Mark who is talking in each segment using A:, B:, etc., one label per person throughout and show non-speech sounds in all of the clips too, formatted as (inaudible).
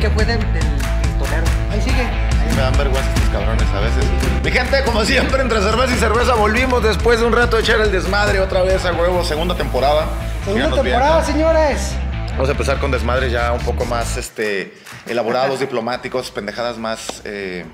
A: que fue del, del pistolero. Ahí sigue.
B: Me dan vergüenza estos cabrones a veces. Mi gente, como siempre, entre cerveza y cerveza volvimos después de un rato de echar el desmadre otra vez a huevo. Segunda temporada.
A: Segunda
B: Síganos viendo.
A: temporada, señores.
B: Vamos a empezar con desmadres ya un poco más este, elaborados, (laughs) diplomáticos, pendejadas más, eh,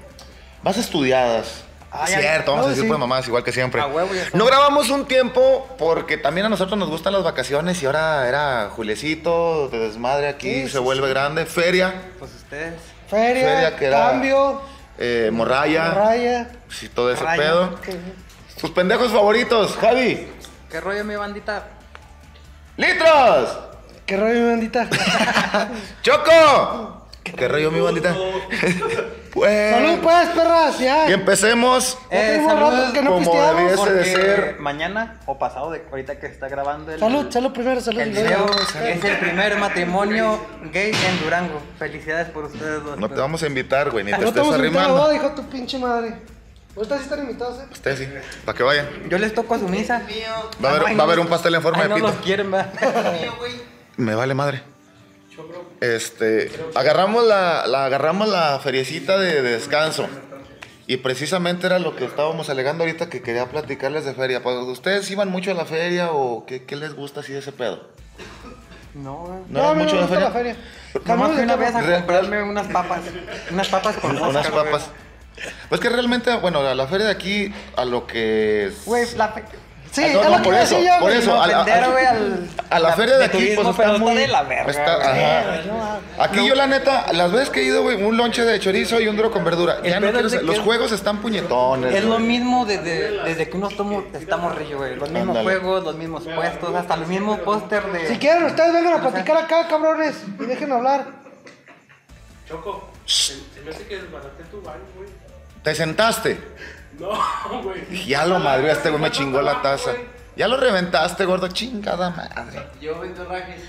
B: más estudiadas.
A: Ah, ya.
B: Cierto, vamos
A: No,
B: a decir
A: sí.
B: pues mamás, igual que siempre.
A: A huevo, ya está.
B: no grabamos un tiempo porque también a nosotros nos gustan las vacaciones y ahora era Juliecito, de desmadre aquí,
A: Sí, sí,
B: se vuelve grande, feria,
C: Pues ustedes.
A: Feria,
B: Feria que era-
A: cambio,
B: eh, morraya,
A: raya,
B: sí, todo ese
A: raya.
B: pedo. Tus pendejos favoritos, Javi,
C: ¿Qué rollo, mi bandita?
B: litros,
A: ¿Qué rollo, mi bandita?
B: choco. ¿Qué rollo,
A: (laughs)
B: mi bandita? Pues-
A: Salud, pues, perras, ya.
B: Y empecemos.
A: Ya tenemos
C: saludos,
A: rato que no
B: Eh, como
A: pisteamos.
B: debía ser. Ese de
C: Porque
B: ser-
C: mañana o pasado, de ahorita que se está grabando el.
A: Salud, salud primero, salud.
C: El video
A: luego.
C: es el primer matrimonio gay en Durango. Felicidades por ustedes dos.
B: No te vamos a invitar, güey, ni te
A: No te
B: estés
A: hemos invitado,
B: arrimando.
A: boda, hijo de tu pinche madre. Ustedes sí están invitados, ¿eh?
B: Ustedes sí, para que vayan.
C: Yo les toco a su misa.
B: Va a haber-
C: Ay,
B: va a haber
C: no-
B: un pastel en forma
C: Ay,
B: de pito.
C: No los quieren, ¿verdad?
A: (laughs)
B: Me vale madre. Este, agarramos la, la- agarramos la feriecita de, de descanso. Y precisamente era lo que estábamos alegando ahorita que quería platicarles de feria. Pues, ¿Ustedes iban mucho a la feria o qué, qué les gusta así de ese pedo?
C: No, güey.
B: No,
A: No, a mí
B: mucho
A: me
B: la
A: gusta la
B: feria.
A: feria.
C: Nomás
A: Cambiamos
C: fui
A: de
C: una
A: tema.
C: vez a
B: Real-
C: comprarme unas papas. Unas papas con Oscar,
B: Unas
C: güey.
B: papas. Pues que realmente, bueno, la, la feria de aquí, a lo que. es-
C: Güey, la fe...
A: Sí,
B: Ah,
A: es lo que
B: por
A: iba a
B: eso,
A: decir yo,
B: por
A: güey.
B: eso.
C: no,
B: a la-
C: ofender,
B: aquí-
C: güey, al-
B: a la
C: la-
B: feria de
C: de
B: aquí, pues
C: turismo,
B: está
C: pero está
B: muy.
C: de la verga,
B: está-
C: güey.
B: ajá.
A: No, mames.
B: Aquí yo la neta, las veces que he ido, güey, un lonche de chorizo y un duro con verdura. Ya no
C: pedo
B: quiero
C: es de
B: ser- los
C: que-
B: juegos están puñetones.
C: Es lo
B: güey.
C: mismo desde, desde que uno tomo, estamos río, güey. Los mismos
B: Ándale.
C: juegos, los mismos puestos, hasta los mismos póster de.
A: Si quieren, ustedes vengan a platicar acá, cabrones, y dejen hablar.
D: Choco, se, se me hace que desbaraté tu baño, güey.
B: Te sentaste.
D: No, güey.
B: Ya lo madre, este güey me chingó la taza. Ya lo reventaste, gordo, chingada madre.
C: Yo vendo rajes.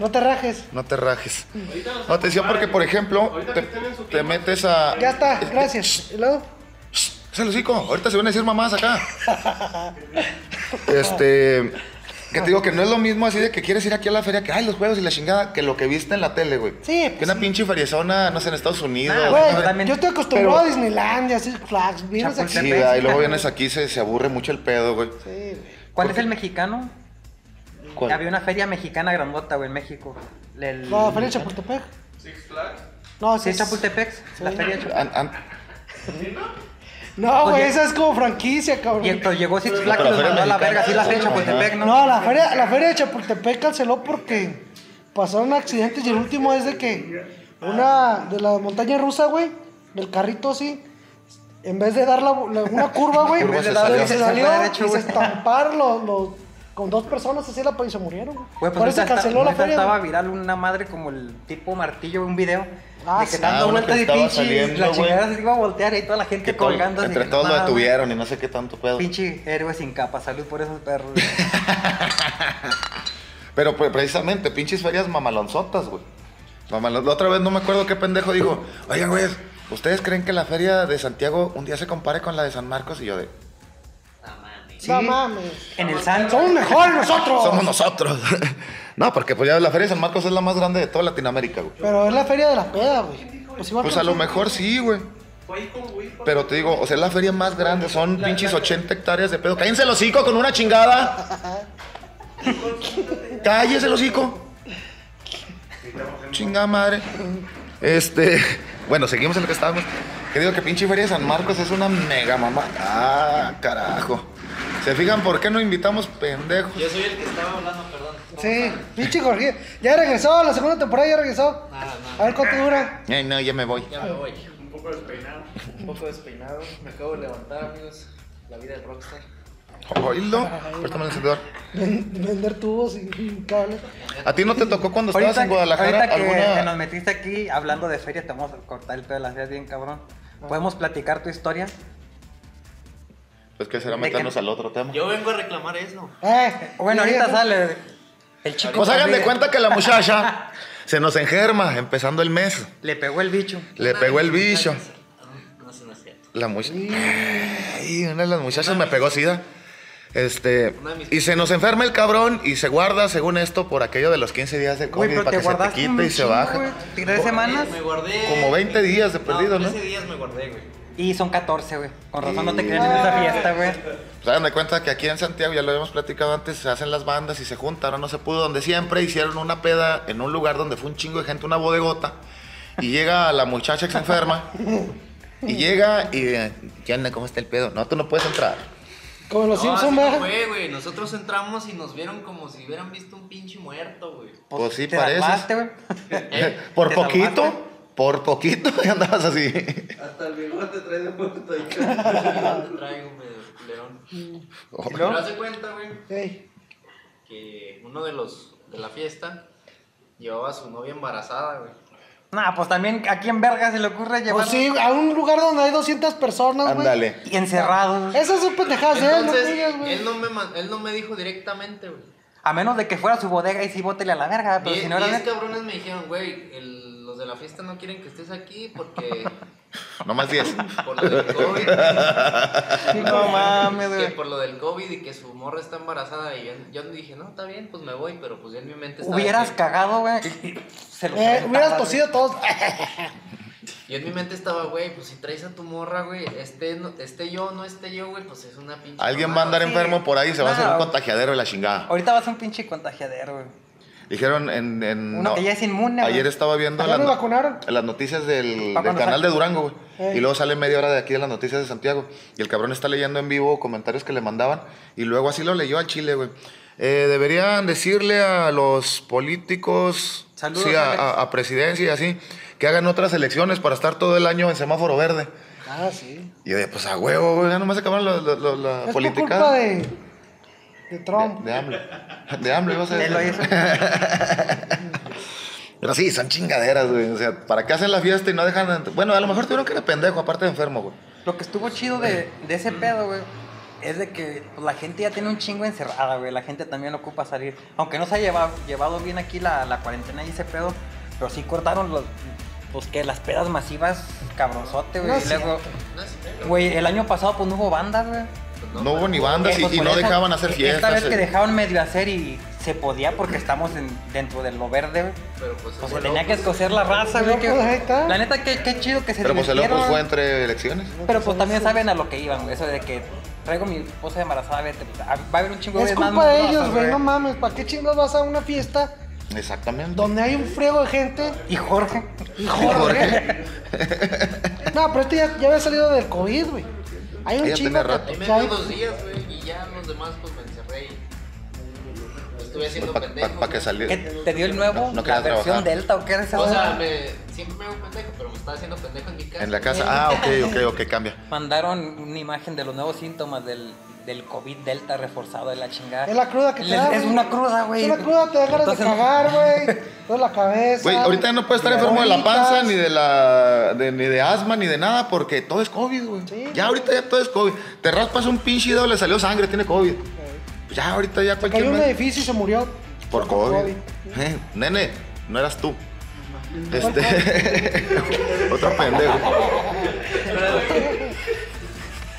A: No te rajes.
B: No te rajes. No, te decía porque, por ejemplo,
D: Ahorita que
B: te,
D: estén en su
B: te metes a.
A: Ya está, gracias. ¿Y luego?
B: Es el hocico, ahorita se van a decir mamás acá. Este. Que te digo que no es lo mismo así de que quieres ir aquí a la feria, que ay, los juegos y la chingada, que lo que viste en la tele, güey.
A: Sí,
B: Que una pinche feriezona, no sé, en Estados Unidos.
C: Ah,
B: una
A: Güey,
B: vez-
C: también-
A: yo estoy acostumbrado a
B: pero-
A: Disneylandia, Six Flags, vienes aquí.
B: Sí,
C: Chapultepec.
B: ¿verdad? y luego vienes aquí, se, se aburre mucho el pedo, güey.
A: Sí, güey.
C: ¿Cuál es el mexicano?
B: ¿Cuál?
C: Había una feria mexicana grandota, güey, en México. El...
A: La feria de Chapultepec.
D: Six Flags.
A: No,
C: Sí,
A: es-
C: Chapultepec. La
A: Sí.
C: feria de Chapultepec.
B: An- an-
A: No, güey,
C: Oye.
A: esa es como franquicia,
C: Y
A: cabrón.
C: esto llegó Six Flags
B: Pero
C: y los
B: la feria
C: mandó a la
B: mexicana-
C: verga. Sí, la feria de Chapultepec, ¿no?
A: No, la feria, la feria de Chapultepec canceló porque pasaron accidentes y el último es de que una de la montaña rusa, güey, del carrito así, en vez de dar la, la- una
C: (laughs)
A: curva, güey,
B: En vez de
A: se,
B: dar-
A: salió,
B: se
A: se salió
C: fue derecho,
A: y se
C: güey.
A: estamparon los, los- con dos personas así la y se murieron. güey.
C: Güey, pues
A: Por
C: ahorita
A: eso
C: está-
A: canceló la
C: ahorita
A: feria.
C: Estaba
A: güey.
C: viral una madre como el tipo martillo, un video.
A: Ah,
C: de que
A: sí.
B: Ah,
C: dando
B: uno que
C: vueltas y
B: estaba
C: pinche.
B: saliendo,
C: La
B: güey.
C: chingada se iba a voltear y toda la gente
B: que todo-
C: colgando. así
B: entre
C: que
B: todos
C: no
B: lo
C: mames.
B: detuvieron y no sé qué tanto pedo.
C: Pinche héroe sin capa, salud por esos perros. (laughs)
B: Pero pre- precisamente, pinches ferias mamalonzotas, güey. Mamalon- La otra vez no me acuerdo qué pendejo dijo, oigan, güey, ¿ustedes creen que la feria de Santiago un día se compare con la de San Marcos? Y yo de,
A: No
C: Sí.
A: mames.
C: en el Santo.
A: Somos mejores nosotros.
B: somos nosotros. (laughs) no, porque pues ya la feria de San Marcos es la más grande de toda Latinoamérica, güey.
A: Pero es la feria de la peda, güey. Pues, igual
B: Pues
A: que
B: a lo
A: nosotros.
B: mejor sí, güey.
D: Fue ahí con Will. por-
B: Pero te digo, o sea, es la feria más grande, son pinches 80 hectáreas de pedo. Cállense el hocico con una chingada. Cállese el hocico. Chingada madre. Este, bueno, seguimos en lo que estábamos. Que digo que pinche feria de San Marcos es una mega mamá. Ah, carajo. ¿Se fijan por qué no invitamos pendejos?
E: Yo soy el que estaba hablando, perdón.
A: Sí, pinche Jorge. Ya regresó, la segunda temporada ya regresó.
E: Nada,
A: A
E: nada.
A: ver cuánto dura.
B: Ay, no, ya me voy.
E: Ya me voy. Un poco despeinado. Un poco despeinado. Me acabo de levantar, amigos. La vida del rockstar.
B: Oílo. Préstame el encendedor.
A: Ven- Vender tubos y- y cables.
B: ¿A ti no te tocó cuando estabas en Guadalajara
C: ahorita que, que
B: alguna
C: nos metiste aquí hablando de ferias, te vamos a cortar el pedo de las ferias bien cabrón. ¿Podemos platicar tu historia?
B: Pues que será
C: de que-
B: meternos al otro tema.
E: Yo vengo a reclamar eso.
A: Eh,
C: Bueno,
A: ya,
C: ahorita
A: ya.
C: sale el chico.
B: Pues hagan de
C: Rodríguez.
B: cuenta
C: (laughs)
B: que la muchacha se nos engerma empezando el mes.
C: Le pegó el bicho.
B: Le pegó el bicho.
E: No, no, no es cierto.
B: La muchacha. una de las muchachas me pegó sida. Este,
E: Una de mis-
B: y se nos enferma el cabrón y se guarda, según esto, por aquello de los 15 días de
C: Güey,
B: COVID
C: pero
B: para
C: te
B: que se te
C: guardaste un
B: quite y se
C: chingo,
B: baje.
C: güey. pues ¿Tres semanas?
E: Me guardé.
B: Como 20 días de perdido, ¿no?
E: 13 días me guardé, güey.
C: Y son 14, güey. Con razón no te querían en esa fiesta, güey.
B: Se dan Pues de cuenta que aquí en Santiago, ya lo habíamos platicado antes, se hacen las bandas y se juntan, ahora no se pudo, donde siempre hicieron una peda en un lugar donde fue un chingo de gente, una bodegota, y llega la muchacha que se enferma, y llega y, eh, ¿qué onda? ¿Cómo está el pedo? No, tú no puedes entrar.
A: Como los
F: No, así
A: Simpsons,
F: no
A: ¿verdad?
F: fue, güey. Nosotros entramos y nos vieron como si hubieran visto un pinche
E: (laughs)
F: muerto, güey. ¿Eh?
B: Pues sí,
C: te
B: pareces.
C: salvaste, güey.
B: (laughs) Por
C: Eh, te
B: poquito,
C: salvaste.
B: por poquito, (laughs) y andabas así.
F: Hasta el bigote trae de muerto (laughs) ahí. Traigo, medio culerón. Pero haz de cuenta, güey,
A: Ey,
F: que uno de los de la fiesta llevaba a su novia embarazada, güey.
C: Nah, pues también, ¿a quién verga se le ocurre llevar?
A: Pues sí, a un lugar donde hay 200 personas, güey.
B: Ándale.
C: Y encerrados.
A: Esas son
E: Ah,
A: pendejadas de él, no
F: Entonces,
A: digas, güey.
F: él no me, man- él no me dijo directamente, güey.
C: A menos de que fuera su bodega y sí, bótele a la verga, pero
F: Diez,
C: si no era.
F: diez
C: de-
F: cabrones me dijeron, güey, el- los de la fiesta no quieren que estés aquí porque
C: (laughs)
B: Nomás 10.
F: por lo del COVID.
C: No (laughs) mames,
F: que
C: güey.
F: por lo del COVID y que su morra está embarazada. Y yo, yo dije, no, está bien, pues me voy, pero pues ya en mi mente estaba.
C: Hubieras
F: que-
C: cagado, güey.
B: (laughs)
C: Se lo
A: Eh,
C: reventaba,
A: hubieras
C: güey.
A: tosido todos.
F: Yo en mi mente estaba, güey, pues si traes a tu morra, güey, esté, no- esté yo o no esté yo, güey, pues es una pinche.
B: Alguien va a
F: mamada.
B: andar enfermo por ahí y se va a hacer un
C: No.
B: contagiadero de la chingada.
C: Ahorita vas a un pinche contagiadero, güey.
B: Dijeron en. en-
C: Uno que ya es inmune,
B: Ayer
C: güey.
B: estaba viendo
A: ¿Ya
B: las,
A: nos vacunaron?
B: las noticias del,
C: Pa'
B: del
C: cuando
B: canal
C: salga.
B: de Durango, güey.
A: Ey.
B: Y luego sale media hora de aquí de las noticias de Santiago. Y el cabrón está leyendo en vivo comentarios que le mandaban. Y luego así lo leyó al Chile, güey. Eh, deberían decirle a los políticos,
C: Saludos,
B: sí, a,
C: Alex.
B: a- a presidencia y así, que hagan otras elecciones para estar todo el año en semáforo verde.
A: Ah, sí.
B: Y yo de, pues a huevo, güey, ya nomás acabaron la, la, la- la
A: Es por
B: politicada.
A: culpa de, de
B: De,
A: Trump.
B: de AMLO. De AMLO, ibas a
C: Él lo
B: decir.
C: hizo.
B: (laughs) Pero sí, son chingaderas, güey. O sea, ¿para qué hacen la fiesta y no dejan... de- Bueno, a lo mejor tuvieron que era pendejo, aparte de enfermo, güey.
C: Lo que estuvo chido de, de
B: Mm.
C: ese pedo, güey, es de que pues, la gente ya tiene un chingo encerrada, güey. La gente también ocupa salir. Aunque no se ha llevado, llevado bien aquí la, la cuarentena y ese pedo, pero sí cortaron los, pues que las pedas masivas, cabronzote, güey.
A: No
C: y
A: es
C: luego,
F: No es-
C: güey, el año pasado pues no hubo bandas, güey.
B: No, hubo ni bandas
C: Eh,
B: y,
C: pues,
B: y
C: por
B: no
C: eso,
B: dejaban hacer
C: Esta
B: fiestas.
C: vez que
B: eh.
C: dejaron medio hacer y se podía porque estamos en- dentro de lo verde, güey.
F: Pero
C: Pues
F: pues,
C: se
F: bueno,
C: tenía que escocer la raza,
A: Pero,
C: güey. que-
A: pues, ahí está.
C: La neta, qué, qué chido que se
B: Pero pues el otro
C: divirtieron.
B: fue entre elecciones.
C: Pero pues también saben a lo que iban, güey. Eso de que traigo mi esposa embarazada, vete. pues, ah, va a haber un chingo
A: Es
C: de más
A: culpa de
C: morras,
A: ellos, güey. No mames, ¿para qué chingados vas a una fiesta
B: Exactamente.
A: donde hay un friego de gente?
C: Y Jorge.
A: Y Jorge. no, pero este ya, ya había salido del COVID, güey. Hay un
B: Ella
A: chingo
B: tenía
A: que-
B: rato.
F: Ahí me
A: que hay-
F: dio dos días, güey, y ya los demás pues me encerré y pues, estuve haciendo
B: Para
F: pendejo.
B: que
F: güey.
B: saliera.
C: ¿Qué, ¿Te dio el nuevo?
B: No, no
C: la
B: quería
C: versión
B: trabajar.
C: Delta o qué era esa
F: O
C: madre?
F: sea, me, siempre me hago pendejo, pero me estaba haciendo pendejo en mi casa.
B: En la casa. Ah, ok, ok, ok, cambia.
C: Mandaron una imagen de los nuevos síntomas del, del COVID Delta reforzado de la chingada.
A: Es la cruda que te
C: Le-
A: da,
C: Es
A: güey.
C: una cruda, güey.
A: Es una cruda, te da ganas
C: Entonces-
A: de cagar, güey. Toda la cabeza.
B: Güey, ahorita ya no puede estar enfermo de la panza, ni de la de- ni de asma, ni de nada, porque todo es COVID, güey.
A: Sí.
B: Ya ahorita ya todo es COVID. Te raspas un pinche dedo, le salió sangre, tiene COVID. Pues ya ahorita ya cualquier
A: Cayó en un
B: madre-
A: edificio y se murió.
B: Por COVID. Eh, nene, no eras tú. Este. (laughs) Otro pendejo.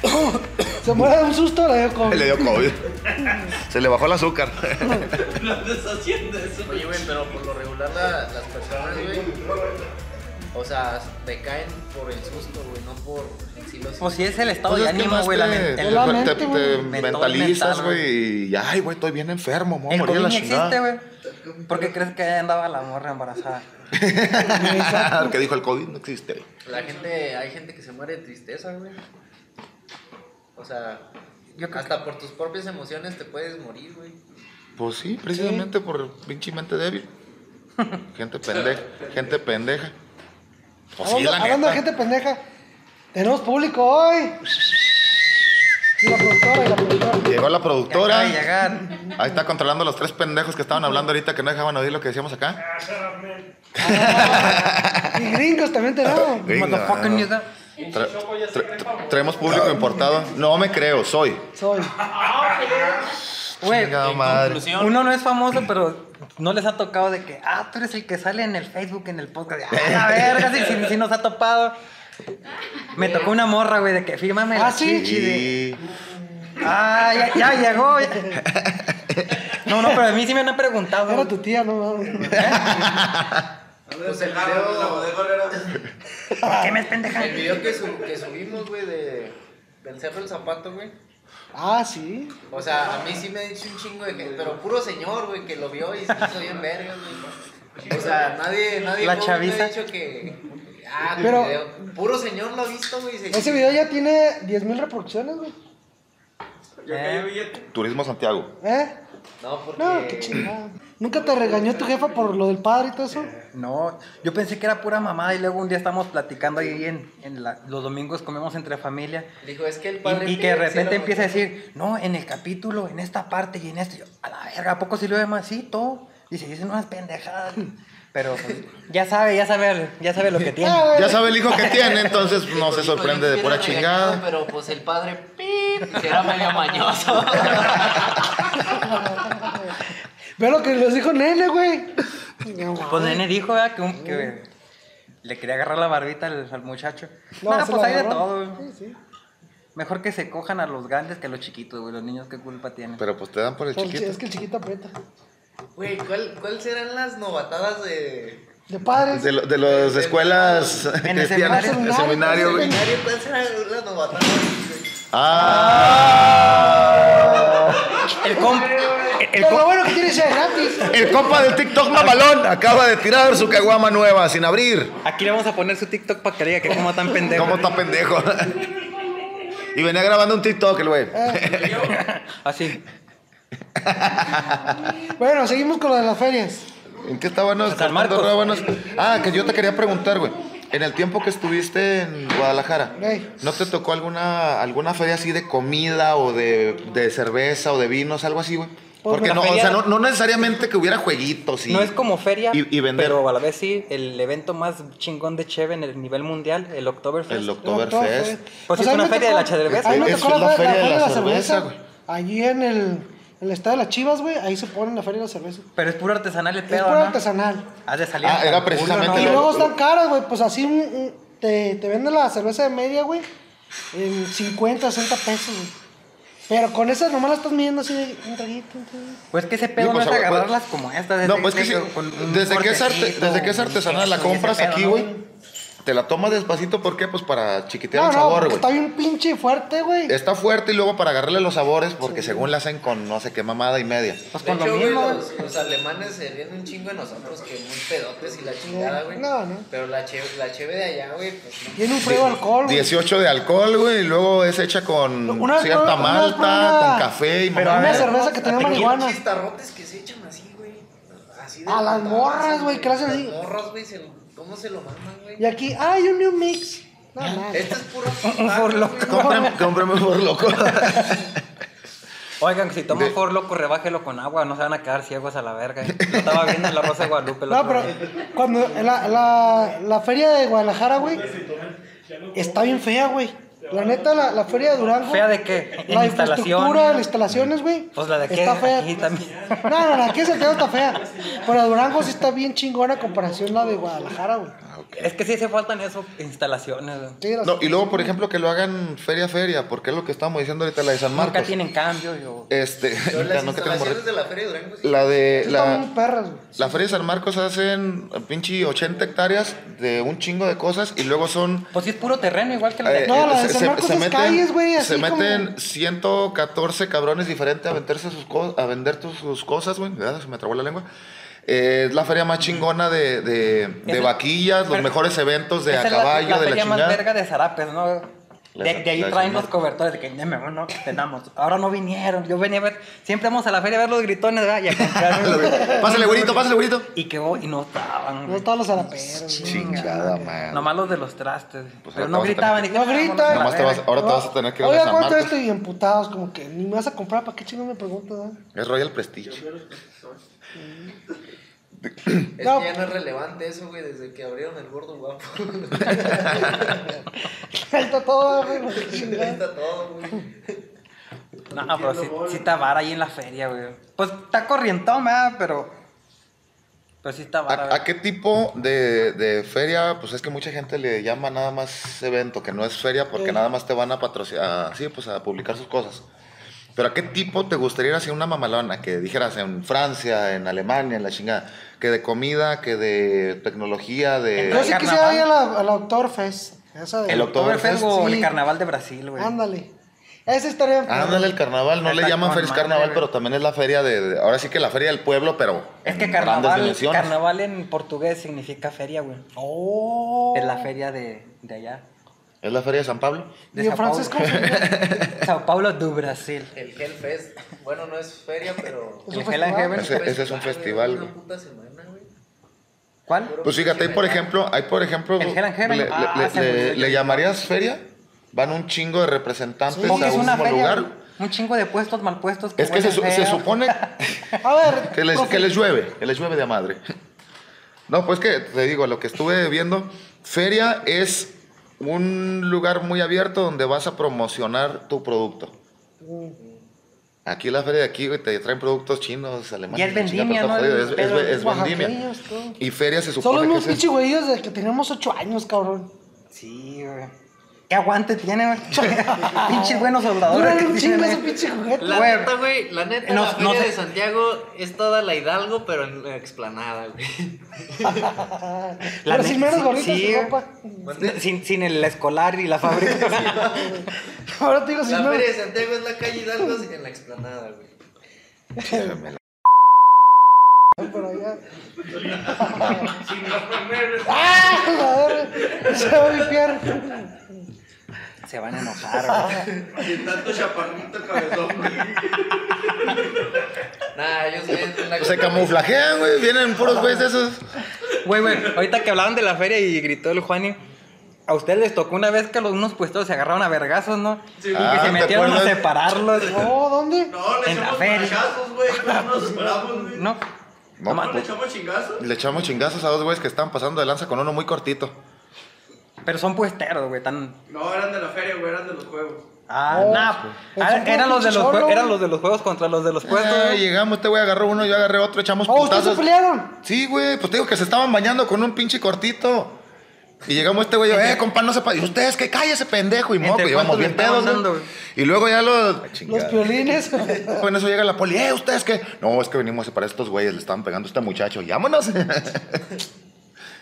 A: (laughs) Se muere de un susto, le dio COVID.
B: Le dio COVID. Se le bajó el azúcar.
F: Oye, güey, pero por lo regular la- las personas, güey, o sea, me caen por el susto, güey, no por en sí los...
C: Pues si es el estado
B: Pues
C: de
B: es que
C: ánimo,
B: más
C: güey, la
B: te-
C: mente.
B: te-
A: Es la mente,
B: te-
A: güey.
B: te
C: Mentol
B: mentalizas,
C: mental,
B: güey, y ay, güey, estoy bien enfermo, me voy a
C: El
B: morir a
C: COVID
B: la
C: ni existe,
B: chingada.
C: güey. ¿Por qué crees que andaba la morra embarazada?
B: (laughs) Lo que dijo el COVID no existe.
F: La gente, hay gente que se muere de tristeza, güey. O sea, hasta por tus propias emociones te puedes morir, güey.
B: Pues sí, precisamente por pinche mente débil. Gente pendeja, gente pendeja. Pues sí,
A: hablando,
B: la
A: hablando de
B: neta.
A: gente pendeja, tenemos público hoy. Y la productora, y la productora.
B: Llegó la productora.
C: Acaba de llegar.
B: Ahí está controlando los tres pendejos que estaban hablando ahorita que no dejaban oír lo que decíamos acá.
A: Y gringos también tenemos.
B: (laughs) Gringo,
C: Motherfucking
B: no.
C: nigga.
B: Tra- tra- tra- traemos público importado. No me creo, soy.
A: Soy.
C: Güey,
B: Chingada madre.
C: Uno no es famoso, pero no les ha tocado de que, ah, tú eres el que sale en el Facebook, en el podcast. Ah,
B: (laughs)
C: la verga, si, si, si nos ha topado. Me tocó una morra, güey, de que fírmame
A: ¿Ah,
C: la
A: sí?
C: chichi de-
B: Y-
C: Ah, ya, ya llegó.
B: (laughs)
C: ya. No, no, pero a mí sí me han preguntado.
A: Era tu tía, no mames.
E: Pues el video,
C: ¿Por qué me pendejan?
F: El video que, su- que subimos, güey, de, del cerro el zapato, güey.
A: Ah, sí.
F: O sea, a mí sí me ha dicho un chingo de gente, pero puro señor, güey, que lo vio y se hizo bien verga, güey. O sea, nadie, nadie
C: La
F: pobre me
C: chaviza.
F: ha dicho que. Ah,
A: Pero-
F: pero, puro señor lo ha visto, güey. y se-
A: Ese video ya tiene 10.000 reproducciones, güey.
D: Ya
C: Eh,
D: cayó billete.
B: Turismo Santiago.
A: ¿Eh?
F: No, porque.
A: No, qué chingada. ¿Nunca te regañó tu jefa por lo del padre y todo eso?
C: No, yo pensé que era pura mamada y luego un día estamos platicando ahí en, en la- los domingos comemos entre familia
F: Dijo, es que el padre.
C: y, y que de
F: Pío sí lo
C: repente empieza a
F: mostró.
C: decir, no, en el capítulo, en esta parte y en esto, yo, a la verga, ¿a poco sí lo demás? Sí, todo. Y se dicen unas (laughs) pendejadas. Pero pues, ya sabe, ya sabe, ya sabe lo que tiene.
A: Ah,
B: Ya sabe el hijo que tiene, entonces no se
F: Dijo,
B: sorprende
F: yo
B: de pura
F: hubiera regañado,
B: chingada.
F: Pero pues el padre, pip, que era medio mañoso. (laughs)
A: Ve lo que les dijo Nene, güey. No,
C: (laughs) Pues Nene dijo ¿verdad? que, un- que le quería agarrar la barbita al, al muchacho. No,
A: se
C: pues
A: la
C: hay de
A: agarró.
C: todo. güey.
A: Sí, sí.
C: Mejor que se cojan a los grandes que a los chiquitos, güey. Los niños, ¿qué culpa tienen?
B: Pero pues te dan por el
A: Pero el chi-
B: chiquito.
A: Es que el chiquito aprieta.
F: Güey, ¿cuál, ¿cuál serán las novatadas de.
A: De padres.
B: De, lo- de las escuelas
C: En el
B: cristianas.
C: seminario.
B: En el seminario, güey.
F: Mario, ¿Cuál serán las novatadas?
B: ¡Ah!
C: El (laughs) compa. El,
A: Pero lo bueno que tiene sea gratis.
B: El compa del TikTok mamalón acaba de tirar su caguama nueva sin abrir.
C: Aquí le vamos a poner su TikTok para que diga que como tan pendejo. (laughs)
B: ¿Cómo está pendejo? Y venía grabando un TikTok, el güey.
C: Así.
A: Bueno, seguimos con lo de las ferias.
B: ¿En qué estábamos?
C: San Marcos.
B: cortando rábanos? Ah, que yo te quería preguntar, güey. En el tiempo que estuviste en Guadalajara,
A: Ey.
B: ¿no te tocó alguna alguna feria así de comida o de, de cerveza o de vinos, algo así, güey?
A: Pues,
B: Porque
C: la
B: no, o
C: feria-
B: sea, no, no necesariamente que hubiera jueguitos y...
C: No es como feria,
B: Y- y vender.
C: pero a la vez sí, el evento más chingón de Cheve en el nivel mundial, el Oktoberfest.
B: El
A: Oktoberfest.
B: Oktoberfest.
C: Pues sí, es
A: a mí
C: una
A: me
C: feria de
A: tocó-
C: la cerveza.
A: A mí me
B: Es-
A: tocó
B: es
A: la, fe- la feria de la
B: cerveza,
A: cerveza.
B: güey.
A: Allí en el, el estado de la Chivas, güey. Ahí se pone la feria de la cerveza.
C: Pero es puro artesanal el pedo,
A: Es puro
C: ¿no?
A: artesanal.
C: Has de salir
B: Ah,
C: hasta
B: era
C: el culo,
B: precisamente
A: Y
B: lo-
A: luego están caras, güey. Pues así un- un- te, te venden la cerveza de media, güey. En 50, 60 pesos, güey. Pero con esas nomás la estás midiendo así de un traguito, un traguito.
C: Pues que ese pedo
B: Sí, pues,
C: no es
B: ah, güey,
C: agarrarlas como estas. es
B: No,
C: de-
B: pues que
C: de-
B: sí,
C: con un
B: desde que es arte-
C: cortecito,
B: desde que es artesanal la
C: eso y ese
B: compras
C: pedo,
B: aquí,
C: ¿no?
B: güey. Te la tomas despacito, ¿por qué? Pues para chiquitear
A: No,
B: el
A: no,
B: sabor,
A: porque
B: güey.
A: está bien pinche fuerte, güey.
B: Está fuerte y luego para agarrarle los sabores, porque según la hacen con no sé qué mamada y media.
C: Pues
F: De
C: con lo
F: hecho, güey,
C: mismo.
F: los, los alemanes se ríen un chingo de nosotros que muy pedotes y la chingada, güey.
A: No, no.
F: Pero la cheve, la cheve de allá, güey, pues no.
A: Tiene un frío de alcohol, güey.
B: 18 de alcohol, güey, y luego es hecha con
A: Una-
B: cierta
A: una-
B: malta,
A: una-
B: con café y ¿eh?
C: Pero
B: mamada.
C: a
A: Una
C: ver,
A: cerveza que tenía marihuana.
F: Pinches tarrotes que se echan así, güey. Así de
A: A las
F: putadas,
A: morras, güey, que le hacen así.
F: Las morras, güey, se lo- ¿cómo se lo maman, güey?
A: Y aquí, ay, un new mix. No, mames.
F: Esto es
A: (laughs)
F: puro
C: Un Four Loko.
B: (laughs) Cómprame, cómprame por loco.
C: Oigan, que si
B: De-
C: toman por loco, rebájelo con agua, no se van a quedar ciegos a la verga. Yo estaba viendo en la Rosa de
B: (laughs)
C: Guadalupe. el
A: No,
C: otro
A: pero
C: día.
A: cuando la, la, la feria de Guadalajara, güey, está bien fea, güey. La neta, la, la feria de Durango.
C: ¿Fea de qué? En
A: La
C: instalación.
A: infraestructura, las instalaciones, güey.
C: Pues la de aquí,
A: Está fea.
C: aquí también.
A: (laughs) No, no, la de aquí es el que no está fea. Pero la de Durango sí está bien chingona en comparación a la de Guadalajara, güey.
C: Es que sí se faltan esas instalaciones. güey.
A: Sí, las-
B: No, y luego, por ejemplo, que lo hagan feria a feria, porque es lo que estamos diciendo ahorita, la de San Marcos.
C: Nunca tienen cambio. yo-
B: Este, (laughs)
F: Pero
B: ya
F: las
B: no que tenemos
F: instalaciones
B: re-
F: de la Feria de Durango, sí.
B: la de
A: sí están muy
B: la,
A: perras, güey.
B: la feria de San Marcos hacen eh, pinche 80 hectáreas de un chingo de cosas y luego son
C: Pues sí es puro terreno, igual que la de
B: Eh,
C: aquí.
A: No, la de
B: se-
A: San
B: se-
A: Marcos
B: se
A: es
B: meten-
A: calles, güey, así
B: Se
A: como-
B: meten 114 cabrones diferentes a venderse sus cosas, a vender tus- sus cosas, güey. ¿verdad? Se me trabó la lengua. Eh, es la feria más chingona de, de, de
C: Esa-
B: vaquillas, los
C: pero-
B: mejores eventos de
C: Esa
B: a
C: es la-
B: caballo,
C: la
B: de la
C: feria más
B: chingada.
C: verga de Zarapes, ¿no?
B: La-
C: De, de ahí
B: la de
C: traen
B: San
C: los
B: Marcos.
C: cobertores de que "Deme uno, tenemos. Ahora no vinieron. Yo venía a ver. Siempre vamos a la feria a ver los gritones, ¿verdad? Y a
B: (laughs)
C: comprar.
B: Pásale, güerito, pásale, güerito.
C: Y que voy y no estaban.
A: No
C: güey.
A: estaban los alaperos, güey.
B: Pues, Chingada, man.
C: Nomás los de los trastes.
B: Pues
C: pero
B: ahora
C: no
B: te vas a
C: gritaban.
B: tener-
C: dije,
A: No
C: "Vámonos
A: gritan.
C: a la
B: Nomás te vas-
C: verga".
B: ahora te vas a tener que ver a
A: Oiga,
B: San
A: ¿cuánto
B: Marcos.
A: estoy? Y emputados, como que ni me vas a comprar, ¿para qué chingo me preguntas? eh? (laughs)
B: Es Royal Prestige.
F: Es
A: No.
F: que ya no es relevante eso, güey, desde que abrieron el gordo guapo. (laughs)
A: Ahí está todo, güey. qué
F: Ahí
A: chingada.
F: está todo, güey.
C: No, pero sí, sí está vara ahí en la feria, güey. Pues está corrientón, ¿verdad? Pero. Pero sí está vara.
B: ¿A,
C: güey.
B: a qué tipo de, de feria? Pues es que mucha gente le llama nada más evento, que no es feria, porque nada más te van a patrocinar, sí, pues a publicar sus cosas. Pero ¿a qué tipo te gustaría ir hacia una mamalona? Que dijeras en Francia, en Alemania, en la chingada. Que de comida, que de tecnología,
A: Yo
B: de...
A: sí quisiera ir a la, a la Oktoberfest. Esa de-
B: Eh, El
C: Oktoberfest o
A: sí.
C: el carnaval de Brasil, güey.
A: Ándale. Esa estaría. bien
B: Ah, Ándale, el carnaval. No le
C: Está
B: llaman
C: con
B: Feliz
C: madre,
B: Carnaval,
C: güey.
B: pero también es la feria de... de- Ahora sí que la feria del pueblo, pero...
C: Es
B: en
C: que
B: grandes
C: carnaval,
B: dimensiones.
C: carnaval en portugués significa feria, güey.
A: Oh.
C: Es la feria de, de allá.
B: ¿Es la feria de San Pablo?
C: de
A: Digo,
C: Sao
A: Francisco, ¿cómo se llama?
C: (laughs) Sao Paulo do Brasil.
E: El Hellfest. Bueno, no es feria, pero.
A: Es
C: El
A: un
C: Hell and Heaven.
A: festival.
B: Ese- ese es un festival,
F: güey,
B: güey.
F: Una puta semana, güey.
C: ¿Cuál?
B: Pues fíjate, ahí por ejemplo, hay por ejemplo...
C: El Hell and Heaven.
B: Le, le-
C: Ah,
B: le-
C: se
B: le-
C: murió.
B: le llamarías feria? Van un chingo de representantes
C: Porque
B: a
C: es
B: un
C: una feria.
B: lugar.
C: güey. Un chingo de puestos mal puestos.
B: Es que se, su-
C: huelen
B: se
C: feo.
B: supone
A: A
B: (laughs)
A: ver.
B: que les,
A: profe,
B: que les llueve, que les llueve de a madre. No, pues que te digo, lo que estuve viendo, feria es un lugar muy abierto donde vas a promocionar tu producto. Aquí la feria de aquí güey, te traen productos chinos, alemanes.
C: Y es
B: la chingada,
C: vendimia,
B: todo
C: ¿no?
B: jodido, Es,
C: Pero
B: es- es vendimia.
A: oaxaqueños, todo.
B: Y feria se
A: Solo
B: supone que
A: unos
B: es
A: pinche güeyes de que tenemos 8 años, cabrón.
C: Sí, güey. ¿Qué aguante tiene, güey? (laughs) Pinches buenos soldadores.
A: Duran
C: que
A: un chingo
C: tienen,
A: ese
C: güey.
A: pinche juguete.
F: La
C: Güey.
F: neta, güey, la neta,
C: No,
F: la
C: no
F: feria
C: sé.
F: de Santiago es toda la Hidalgo, pero en la explanada, (laughs) güey.
A: Pero
C: La neta,
A: sin menos
C: sí,
A: gorritos
C: sí,
A: y
C: güey.
A: ropa.
C: (laughs) Sin, sin el escolar y la fábrica. (laughs)
A: Ahora te digo, sin
F: La feria de
A: menos.
F: Santiago es la calle Hidalgo en la explanada,
B: (laughs)
F: güey.
B: Chérramela.
A: Por allá.
D: Sin los primeros.
A: ¡Ah! la verga! Se va a vipiar.
C: Se van a enojar, güey.
D: Y tanto chaparrito cabezón.
F: Nah, yo sé, en la
B: Se camuflajean, güey, vienen puros güeyes de esos.
C: Güey, güey, ahorita que hablaban de la feria y gritó el Juani. A ustedes les tocó una vez que los unos puestos se agarraron a vergazos, ¿no? y
B: Ah,
C: que
B: ¿te
C: se metieron a
B: acuerdas?
C: separarlos.
A: No, ¿dónde?
D: No, le
C: En la
D: echamos
C: feria.
D: machazos, güey. No
C: (laughs)
D: nos libramos, güey.
C: No.
B: No,
D: ¿No le echamos chingazos?
B: Le echamos chingazos a dos güeyes que estaban pasando de lanza con uno muy cortito.
C: Pero son puesteros, güey, tan.
D: No, eran de la feria, güey, eran de los juegos.
C: Ah,
A: Oh,
C: no.
A: pues,
C: Ah,
A: son
C: eran los de los
A: solo,
C: jue- eran
A: güey.
C: los de los juegos contra los de los puestos.
B: Ah,
C: güey.
B: llegamos, este güey agarró uno, yo agarré otro, echamos
A: Oh, ¿ustedes se
B: putazos.
A: pelearon?
B: Sí, güey, pues te digo que se estaban bañando con un pinche cortito. Y llegamos este güey, yo, eh, compa, no se pa-". Y ustedes, que calle ese pendejo. Y
C: ¿Entre
B: moco, y íbamos
C: cuántos le
B: bien pedos,
C: estaban
B: güey.
C: dando, güey?
B: Y luego ya los...
A: Los piolines.
B: Pues en eso llega la poli, eh, ustedes que. No, es que venimos a separar a estos güeyes, le estaban pegando a este muchacho, (laughs) llámonos.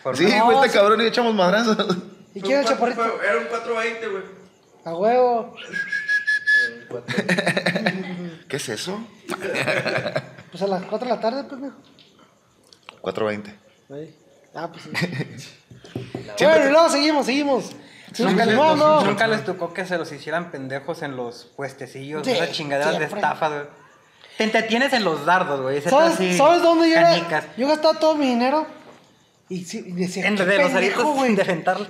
C: Por-
B: sí,
A: No,
B: güey, este
A: sí.
B: cabrón y echamos madrazos.
A: ¿Y quién era el
D: Fue un cuatro-
A: chaparrito?
D: fue- Era un 420, güey.
A: A huevo.
B: ¿Qué es eso?
A: Pues a las 4 de la tarde, pendejo.
B: 420.
A: Ahí. Ah,
C: (laughs)
A: pues sí.
B: Siempre
A: Bueno, y luego seguimos, seguimos.
C: Nunca les,
A: no, no.
C: nunca les tocó que se los hicieran pendejos en los puestecillos,
A: Sí,
C: esas chingaderas de
A: siempre.
C: estafa, güey. Te entretienes en los dardos, güey. ese
A: ¿Sabes,
C: así,
A: ¿Sabes dónde yo
C: canicas.
A: era? Yo gastaba todo mi dinero. Y, sí, y decía,
C: En
A: "Qué
C: de los
A: pendejo,
C: aritos,
A: güey".
C: de rentarle.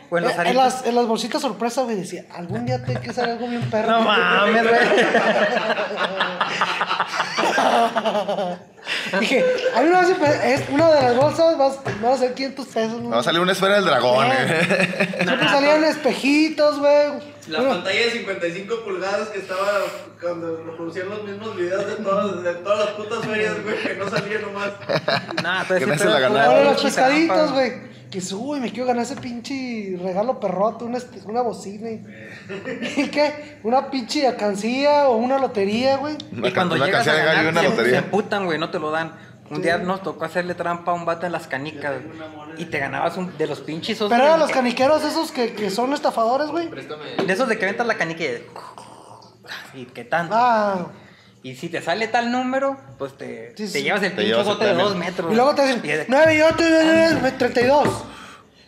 C: (laughs) O en los
A: en,
C: aritos.
A: las, en las bolsitas sorpresa, güey, decía, algún día tengo que hacer algo bien perro.
C: No mames, güey.
A: Dije, (laughs) a mí una vez me- es una de las bolsas, vas, van a ser 500 pesos.
B: Va a salir una esfera del dragón. eh.
A: Siempre salían espejitos, güey.
D: La
A: Bueno,
D: pantalla de 55 pulgadas que estaba cuando reproducían los mismos videos de todas, de todas las putas ferias, güey, que no salía nomás.
C: Nah,
B: Que no se la
A: o
B: ganaron.
A: los pescaditos, güey. Que dices, uy, me quiero ganar ese pinche regalo perrote, una, este- una bocina. y- (laughs) ¿Y qué? Una pinche alcancía o una lotería, güey.
C: Y cuando
B: una
C: llegas a
B: canción de gallo y
C: ganar,
B: una
C: se- se
B: lotería.
C: emputan, güey, no te lo dan. Un día nos tocó hacerle trampa a un vato en las canicas güey, y te ganabas un, de los pinches esos,
A: Pero
C: güey,
A: eran los
C: que-
A: caniqueros esos que, que son estafadores, güey.
F: Préstame.
C: De esos de que aventas la canica y... Y qué tanto.
A: Ah.
C: Y si te sale tal número, pues te,
A: Sí,
C: te
A: sí.
C: llevas el
B: Te
C: pinche
B: llevas el
C: bote de
B: premio.
C: dos metros.
A: Y luego te
C: Y de-
A: dicen, 9 y 8 y 32.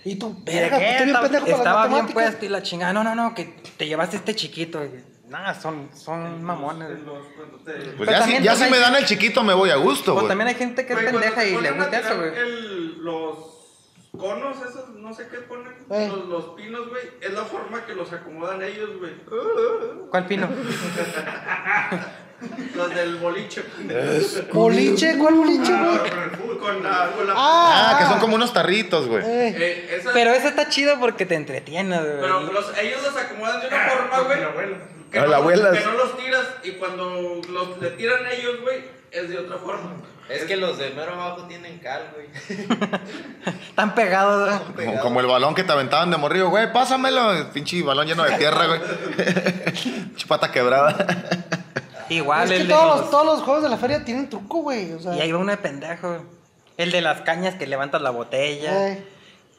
A: Y tú,
C: y de
A: verga,
C: que
A: tú eres bien
C: estaba-
A: pendejo para
C: estaba
A: las
C: bien
A: matemáticas.
C: puesto y la chingada. No, no, no, que te llevaste este chiquito. güey. Nah, son, son mamones. güey.
D: Los- cuando te-
B: Pues
C: Pero
B: ya, si,
C: también-
B: ya
C: pues
B: si
C: hay-
B: me dan el chiquito, me voy a gusto,
C: Pues
B: güey.
C: también hay gente que es
D: Güey, cuando
C: pendeja
D: te
C: y le
D: ponen a
C: gusta eso,
D: tirar
C: güey.
D: el- Los conos esos, no sé qué ponen,
A: Eh.
D: los, los pinos, güey, es la forma que los acomodan ellos, güey.
C: ¿Cuál pino?
D: Los del
C: (laughs)
D: boliche.
A: Boliche, ¿cuál boliche, güey?
D: Ah, con el fútbol, con la... Con la
B: Ah,
A: Ah,
B: que son como unos tarritos, güey.
A: eh.
D: Eh, esas-
C: Pero eso está chido porque te entretiene, güey.
D: Pero los- ellos los acomodan de
C: Ah,
D: una forma, güey. Que,
B: Con
D: no-
B: la abuela.
D: que no los tiras y cuando los, le tiran a ellos, güey, es de otra forma.
F: Es que los de mero abajo tienen cal, güey.
C: Están pegados, güey.
B: Como, como el balón que te aventaban de morrillo,
C: (laughs)
B: güey, pásamelo. Pinche balón lleno de tierra, güey. Chipata quebrada.
C: Igual,
A: Es
C: el
A: que
C: de
A: todos
C: los-
A: los, todos los juegos de la feria tienen truco, güey. O sea,
C: Y ahí va uno de pendejo. El de las cañas que levantas la botella.
A: eh,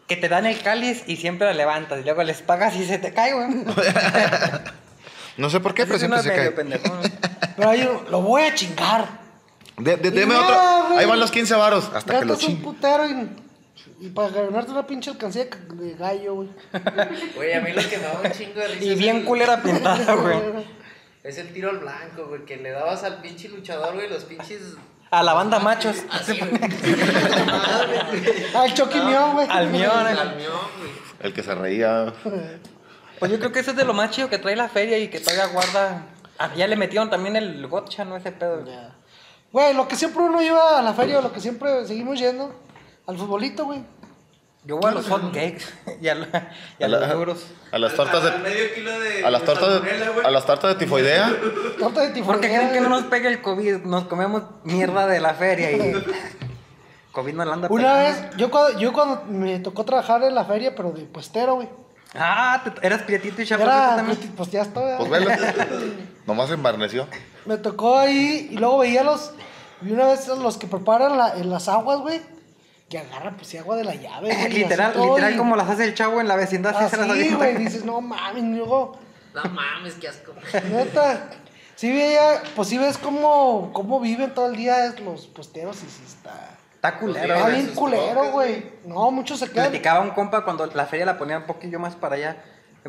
C: Que te dan el cáliz y siempre la levantas. Y luego les pagas y se te cae, güey.
B: No sé por (laughs) qué,
C: Ese es
B: pero
C: uno
B: siempre se
C: medio
B: cae. (laughs)
C: pendejo, ¿no?
A: Pero ahí lo voy a chingar.
B: De- de- deme
A: Y
B: otro.
A: nada, güey.
B: Ahí van los 15 varos. Hasta que lo
A: Gastas un
B: chingue.
A: putero y, y para ganarte una pinche alcancía de gallo, güey. (laughs)
F: Güey, a mí lo que me daba un chingo de risa.
C: Y
F: es
C: bien
F: el-
C: culera pintada, güey.
F: Es el tiro al blanco, güey, que le dabas al pinche luchador, güey, los pinches.
C: A la banda machos.
F: (laughs) Así, güey. Madre, güey.
A: Al Chucky Mion, güey.
C: Al mío, ¿no?
F: Al mión, güey.
B: El que se reía.
C: Pues yo creo que ese es de lo más chido que trae la feria y que todavía guarda. Ah, ya le metieron también el gotcha, ¿no? Ese pedo.
A: Ya. (laughs) Güey, lo que siempre uno iba a la feria, lo que siempre seguimos yendo, al futbolito, güey.
C: Yo voy a los hot cakes (laughs) y a, la- y a
B: A, la-
C: los duros.
B: a las tortas
D: Al
B: de.
D: medio kilo de.
B: A las
D: de
B: tortas
D: salmonela,
B: de,
D: güey.
B: a las tortas de tifoidea.
A: Torta de tifoidea.
C: ¿Por qué creen que no
A: güey.
C: nos pega el COVID? Nos comemos mierda de la feria
A: (laughs)
C: y. COVID no la anda
A: Una
C: pegando.
A: vez, yo cuando, yo cuando me tocó trabajar en la feria, pero de puestero, güey.
C: Ah, te- eras prietito y chaparrito
A: Era,
C: también.
A: pues ya estoy.
B: Pues
A: ¿verdad?
B: velo. Nomás se
C: (laughs)
B: embarneció.
A: Me tocó ahí y luego veía los. Y una vez a los que preparan la- en las aguas, güey. Que agarran, pues, sí, agua de la
C: (laughs)
A: llave, güey. y así
C: literal,
A: todo,
C: literal
A: y-
C: como las hace el chavo en la vecindad. Ah, sí se las
A: Así,
C: avienta.
A: Ah, güey. Dices, no mames, luego.
F: No mames, qué
C: (laughs)
F: asco.
A: Neta. Sí veía, pues sí ves cómo, cómo viven todo el día es los posteros y sí está.
C: Está culero.
A: "Pues Está
C: güey.
A: bien
F: sus
A: culero,
F: toques,
A: güey. No, muchos se quedan.
C: Platicaba un compa cuando la feria la ponía un poquillo más para allá,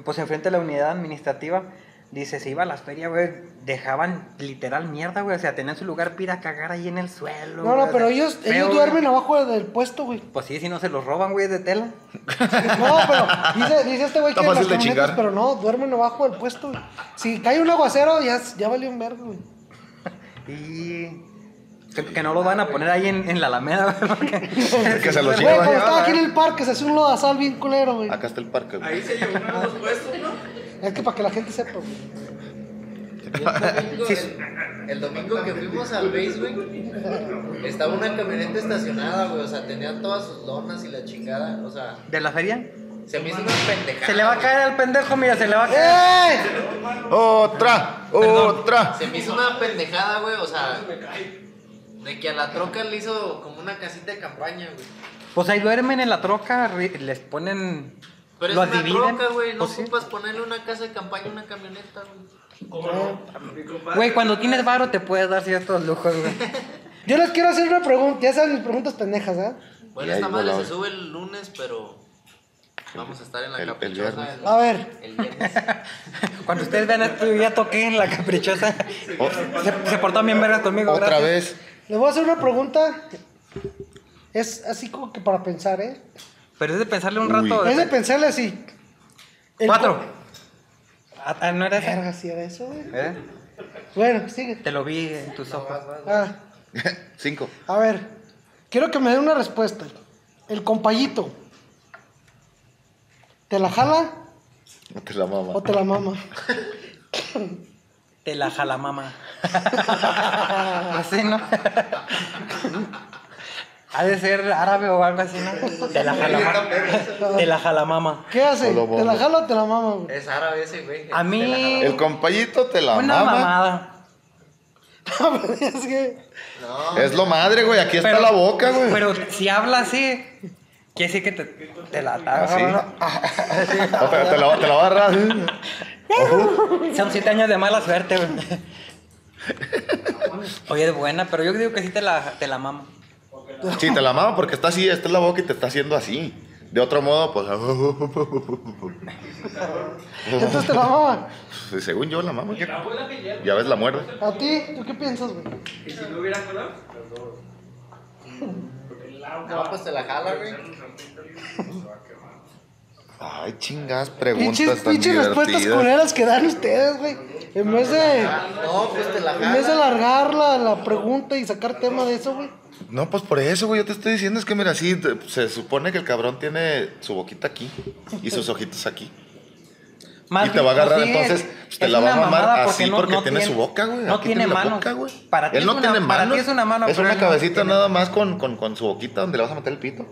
C: pues enfrente de la unidad administrativa. Dice, se iba a las ferias, güey, dejaban literal mierda, güey. O sea, tenían su lugar pira a cagar ahí en el suelo.
A: No,
C: güey,
A: no, pero
C: o sea,
A: ellos,
C: feo,
A: ellos
C: güey.
A: duermen abajo del puesto, güey.
C: Pues sí, si no se los roban, güey, de tela.
A: No, pero dice, dice este güey que
B: Está
A: las
B: fácil de
A: camionetas,
B: chingar.
A: pero no, duermen abajo del puesto, güey. Si cae un aguacero, ya, ya valió un vergo,
B: (laughs)
A: güey.
C: Y. Que, que no lo van a poner ahí en, en la alameda, (laughs) güey. porque-
B: Que se los
A: Güey, cuando
B: llevan.
A: estaba aquí en el parque, se hacía un lodazal bien culero, güey.
B: Acá está el parque, güey.
D: Ahí se llevó uno de los puestos, ¿no?
A: Es que para que la gente sepa, güey.
F: Y el domingo, el, el domingo que fuimos al base, güey, estaba una camioneta estacionada, güey. O sea, tenían todas sus lonas y la chingada. O sea,
C: ¿De la feria?
F: se me hizo una pendejada.
C: Se le va a
F: güey.
C: caer al pendejo, mira, se le va a caer.
A: ¡Eh!
B: Otra,
F: Perdón.
B: otra.
F: Se me hizo una pendejada, güey. O sea, de que a la troca le hizo como una casita de campaña, güey.
B: Eh.
C: Pues ahí duermen en la troca, ri- les ponen.
F: Pero es
C: los
F: una
C: dividen.
F: troca, güey. No
C: Pues sí.
F: ocupas ponerle una casa de campaña a una camioneta, güey.
D: Mi compadre.
C: Güey, cuando tienes varo te puedes dar ciertos lujos,
F: (laughs)
C: güey.
A: Yo les quiero hacer una pregunta. Ya saben mis preguntas pendejas, ¿eh?
F: Bueno,
B: Y ahí
F: esta madre
B: volaba.
F: se sube el lunes, pero vamos a estar en la
B: El- el
F: caprichosa.
B: viernes.
F: el-
A: A ver.
F: El viernes.
C: Cuando ustedes vean esto, yo ya toqué en la caprichosa.
B: O-
C: Se, se portó bien verga conmigo,
B: otra
C: gracias.
B: vez.
A: Les voy a hacer una pregunta. Es así como que para pensar, ¿eh?
C: Pero es de pensarle un
B: Uy.
C: rato.
A: Es de pensarle así. El
C: Cuatro.
A: co-
C: Ah, ah, no era esa.
A: Verga, sí era eso, güey.
C: ¿Eh?
A: Bueno, sigue.
C: Te lo vi en tus ojos.
A: Ah,
B: (laughs) Cinco.
A: a ver. Quiero que me den una respuesta. El compayito. ¿Te la jala
B: No te la mama.
A: o te la mama?
C: Te la jala mamá. (laughs) Así, ¿no? Ha de ser árabe o algo así, ¿no? Te la jala mamá. Te la jala mamá.
A: ¿Qué hace?
B: O lo
A: ¿Te la
B: bombo.
A: jala o te la mama, güey? (laughs)
F: Es árabe ese, güey.
C: A mí-
F: De la Jala-
B: El compayito te la
C: Una
B: mama.
C: mamada.
A: es que.
F: No,
B: Es lo madre, güey. Aquí está la boca, güey.
C: Pero si habla así, quiere decir que te, te la
B: Así.
C: ¿no? (laughs)
B: O te, te la, te la va a agarrar.
C: Son siete años de mala suerte, güey. Oye, es buena, pero yo digo que sí te la, te la mamo.
B: Sí, te la mama porque está así, esta es la boca y te está haciendo así. De otro modo, pues. (laughs)
A: Entonces te la mama.
B: Pues, Según yo, la mama. ¿qué? Ya ves, la muerde.
A: ¿A ti? ¿Tú qué piensas, güey?
D: ¿Y si no hubiera color?
F: no, pues te la jala, güey.
B: Ay, chingas, preguntas
A: Pinches,
B: tan
A: pinches respuestas
B: divertidas.
A: culeras que dan ustedes, güey. En vez de.
F: No, pues te la
A: En vez de
F: jala.
A: alargar la, la pregunta y sacar tema de eso, güey.
B: No, pues por eso, güey, yo te estoy diciendo es que mira, sí, te- se supone que el cabrón tiene su boquita aquí y sus ojitos aquí.
C: Más
B: Y te va a
C: bien,
B: agarrar,
C: sí,
B: entonces,
C: es-
B: pues, te
C: es
B: la va
C: una
B: a mamar
C: mamada
B: así porque tiene su boca, güey.
C: No
B: Aquí
C: tiene
B: la
C: manos.
B: boca, güey.
C: para ti
B: él
C: es
B: no
C: una,
B: tiene manos.
C: Para ti es una mano.
B: Es
C: pero
B: una
C: él no
B: cabecita
C: tiene.
B: nada más con, con, con su boquita donde le vas a meter el pito.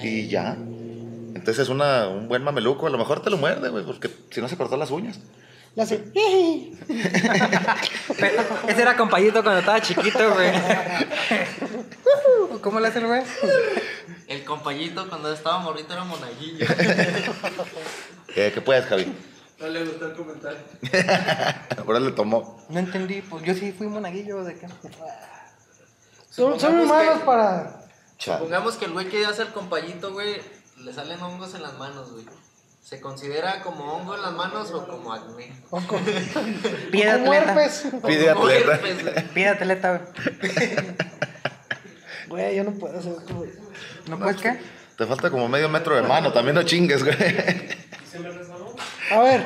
B: Y ya. Entonces es una, un buen mameluco. A lo mejor te lo muerde, güey, porque si no se cortó las uñas.
A: Le hace. "Jiji".
C: Pero ese era compañito cuando estaba chiquito,
B: (laughs)
C: güey. ¿Cómo le hace el güey?
F: El compañito cuando estaba morrito era monaguillo.
B: Eh, ¿Qué puedes, Javi? (laughs)
D: No le gustó el comentario.
B: Ahora le tomó.
C: No entendí, pues yo sí fui monaguillo de qué.
A: (laughs) Son, son muy
F: Supongamos
A: malos
F: que-
A: para.
B: Chale.
F: Supongamos que el güey que hace el compañito, güey, le salen hongos en las manos, güey. ¿Se considera como hongo en las manos o como acné?
A: o con-
C: Pide
A: como
C: atleta.
A: herpes.
B: Pide
F: Como
B: atleta.
F: herpes, güey.
C: Pide atleta, güey.
A: Güey, yo no puedo hacer eso, güey.
C: ¿No puedes
B: pues,
C: qué?
B: Te falta como medio metro de mano, también no chingues, güey.
A: A ver,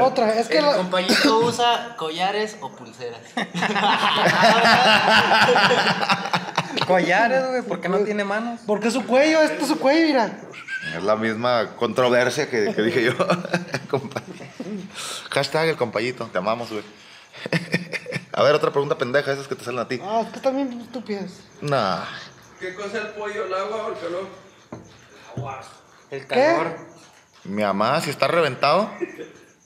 A: otra. Es que
F: El
C: (laughs)
A: la.
F: compañito usa collares o pulseras.
C: Collares, güey, porque
B: pues,
C: no tiene manos.
A: Porque su cuello, este es su cuello, mira.
B: Es la misma controversia que, que dije yo. (laughs) Compa- Hashtag el compayito, te amamos, güey. (laughs) A ver, otra pregunta pendeja, esas que te salen a ti.
A: Ah, es que están bien estúpidas.
B: Nah.
D: ¿Qué cosa el pollo, el agua o el calor?
C: El
A: ¿Qué?
C: calor.
B: Mi mamá, si está reventado,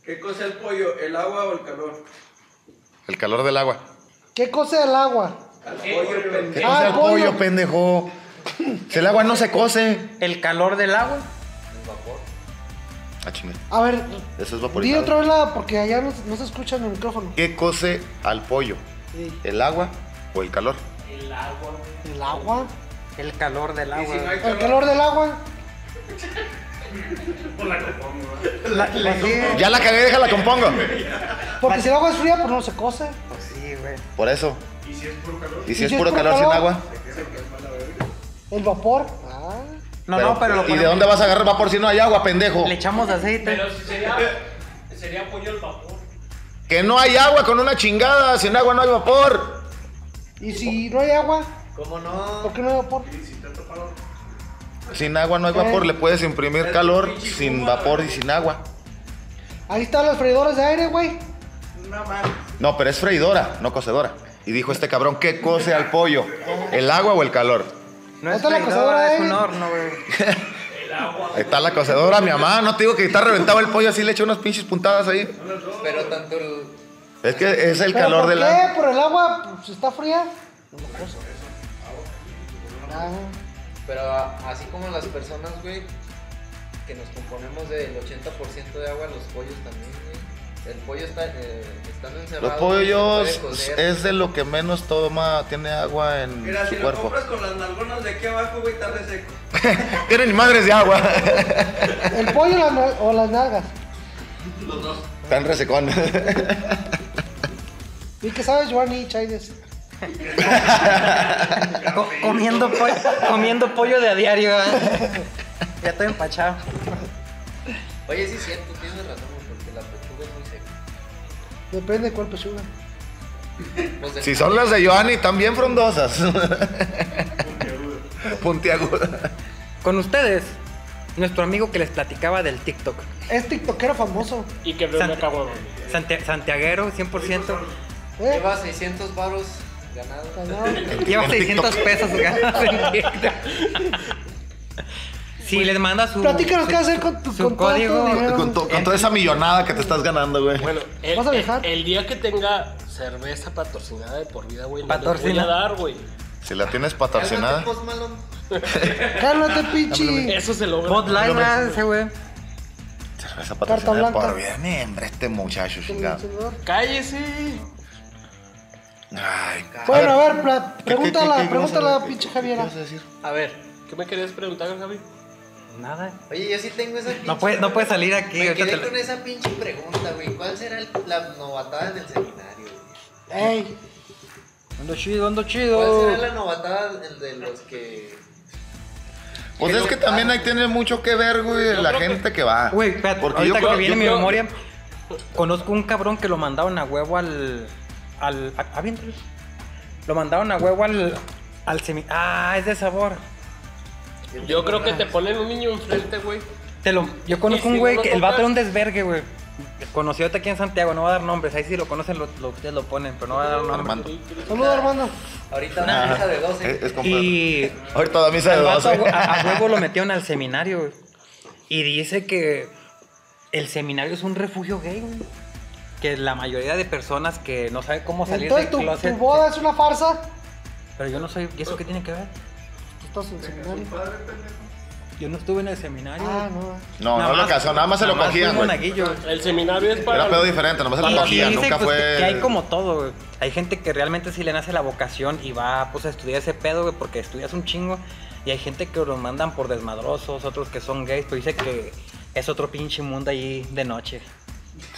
D: ¿Qué cosa el pollo, el agua o el calor?
B: el calor del agua.
A: ¿Qué cosa el agua?
D: Al pollo,
B: ¿Qué
D: pendejo.
A: Ah,
B: es el
A: el
B: pollo,
A: pollo.
B: pendejo? Si el agua no se cose.
C: El calor del agua.
B: Ah, chinga.
A: A ver,
B: Eso es
A: di otra
B: vaporizado.
A: vez la. Porque allá no, no se escucha en el micrófono.
B: ¿Qué cose al pollo? ¿El agua o el calor?
A: ¿El agua?
C: El calor del
D: Y
C: agua.
D: si no hay
A: ¿El
D: calor,
A: calor del agua?
C: La- la- sí,
B: Ya la cagué, déjala, compongo.
A: Porque si el agua es fría, pues no se cose.
C: pues sí, güey.
B: Por eso. ¿Y si es puro calor? ¿Y si es puro calor sin agua?
A: El vapor. Ah.
C: No, no, pero lo
B: ¿Y de
C: ponemos-
B: dónde vas a agarrar vapor si no hay agua, pendejo?
C: Le echamos aceite.
G: Pero si sería, sería pollo al vapor.
B: Que no hay agua con una chingada, sin agua no hay vapor.
A: ¿Y si no hay agua?
F: ¿Cómo no?
A: ¿Por qué no hay vapor?
B: Sin agua no hay vapor, le puedes imprimir calor sin vapor y sin agua.
A: Ahí están los freidores de aire, güey.
D: una mano.
B: No, pero es freidora, no cocedora. Y dijo este cabrón, ¿qué cose al pollo? ¿El agua o el calor?
C: No es
A: Bota la
C: freidora,
A: cazadora,
C: es un
A: eh.
C: horno, güey.
B: Ahí está la cocedora, mi mamá. No te digo que está reventado el pollo, así le eché unas pinches puntadas ahí.
F: Pero tanto el...
B: Es que es el
A: ¿Pero
B: calor
A: por
B: del
A: qué?
B: agua.
A: ¿Por el agua? Pues está fría. No lo cose. Ah.
F: Pero a- así como las personas, güey, que nos componemos del 80% de agua, los pollos también, güey. El pollo está eh, estando
B: Los
F: encerrado.
B: pollos
F: se puede cocer.
B: es de lo que menos toma, tiene agua en
D: Mira, si lo
B: su cuerpo.
D: compras con las nalgonas de aquí abajo, güey, está reseco.
B: Tiene ni madres de agua. (laughs)
A: ¿El pollo o la nal- o las nalgas?
B: Están resecón.
A: ¿Y qué sabes, Giovanni Chaides?
C: Co- comiendo, pollo, comiendo pollo de a diario, eh. Ya estoy empachado.
F: Oye, sí es cierto, tienes razón, güey, porque la pechuga es muy seca.
A: Depende de cuál pechuga.
F: Pues de-
B: Si son las de Joanny, están bien frondosas. Puntiaguda.
C: Con ustedes, nuestro amigo que les platicaba del TikTok.
A: Es tiktokero famoso.
G: Y que veo
C: Sant-
G: una caguama.
C: Santi- santiaguero, 100%.
A: ¿Eh?
F: Lleva 600 baros ganados.
A: Ganado.
C: Lleva
B: En TikTok.
C: 600 pesos ganados en TikTok. Si les manda su.
A: Platícanos
C: su-
A: qué hacer con tu-
C: su
A: con todo tu
C: código.
A: dinero.
B: Con, to- con toda esa millonada que te estás ganando, güey.
G: Bueno, el,
A: ¿Vas a
G: el-
A: viajar?
G: el día que tenga cerveza patrocinada de por vida, güey, no le voy
C: Patrocina.
G: a dar, güey.
B: Si la tienes
F: Cálmate,
B: patrocinada.
F: Post Malone.
A: Cálmate, pichi.
G: Eso se logra.
C: Bud Light, ¿verdad? ese güey.
B: Cerveza patrocinada
A: Carta blanca.
B: por bien, hombre, este muchacho, chingado.
G: Cállese.
B: Ay, ca-
A: Bueno, a ver, pla-
B: ¿qué- qué-
A: pregúntala,
B: qué- qué-
A: pregúntala,
B: qué-
A: pinche
B: qué-
A: Javiera.
B: qué vas a decir?
G: A ver, ¿qué me querías preguntar, Javi?
C: Nada.
F: Oye, yo sí tengo esa pinche.
C: No puede, no puede salir aquí.
F: Me
C: ahorita te
F: quedé
C: la-
F: con esa pinche pregunta, güey. ¿Cuál será el- la novatada del seminario? güey?
A: Ey,
C: Ando chido, ando
F: ¿Cuál
C: chido.
F: será la novatada del- de los que
B: Pues es que también ahí tiene mucho que ver, güey, la gente que va.
C: Güey, espérate,
B: Porque yo
C: ahorita
B: creo-
C: que viene
B: yo
C: mi
B: creo-
C: memoria, conozco un cabrón que lo mandaron a huevo al. al. a, a- aviéntale. Lo mandaron a huevo al. al semi. Ah, es de sabor.
G: Yo creo que te ponen un niño enfrente, güey.
C: Te lo, yo conozco
G: ¿Y
C: un
G: si
C: güey
G: no lo
C: que el vato
G: tocas?
C: era un desvergue, güey. Conoció ahorita aquí en Santiago, no va a dar nombres. Ahí sí lo conocen, lo, lo- ustedes lo ponen, pero no va a dar nombres.
B: Armando.
A: saludos, hermano.
F: ahorita una mesa de 12?
B: Eh, Es, es comprar.
C: Y
B: Ahorita da (laughs) misa de
C: Al vato
B: dos,
C: a,
B: güey.
C: hue- a- a huevo lo metieron al seminario, güey. Y dice que el seminario es un refugio gay, güey. que la mayoría de personas que no sabe cómo salir
A: Entonces,
C: del
A: tu,
C: closet.
A: tu boda es una farsa.
C: Pero yo no soy. ¿Y eso qué tiene que ver?
A: Tú estás en seminario.
C: Yo no estuve en el seminario.
A: pues, Ah, no.
B: No, no lo casó, nada más se lo cogían,
C: güey.
B: güey.
G: El seminario es para.
B: Era pedo diferente, nomás se lo cogían,
C: dice,
B: nunca
C: pues,
B: fue.
C: Que hay como todo, güey. Hay gente que realmente sí le nace la vocación y va pues a estudiar ese pedo, güey, porque estudias un chingo. Y hay gente que los mandan por desmadrosos, otros que son gays, pero dice que es otro pinche mundo ahí de noche.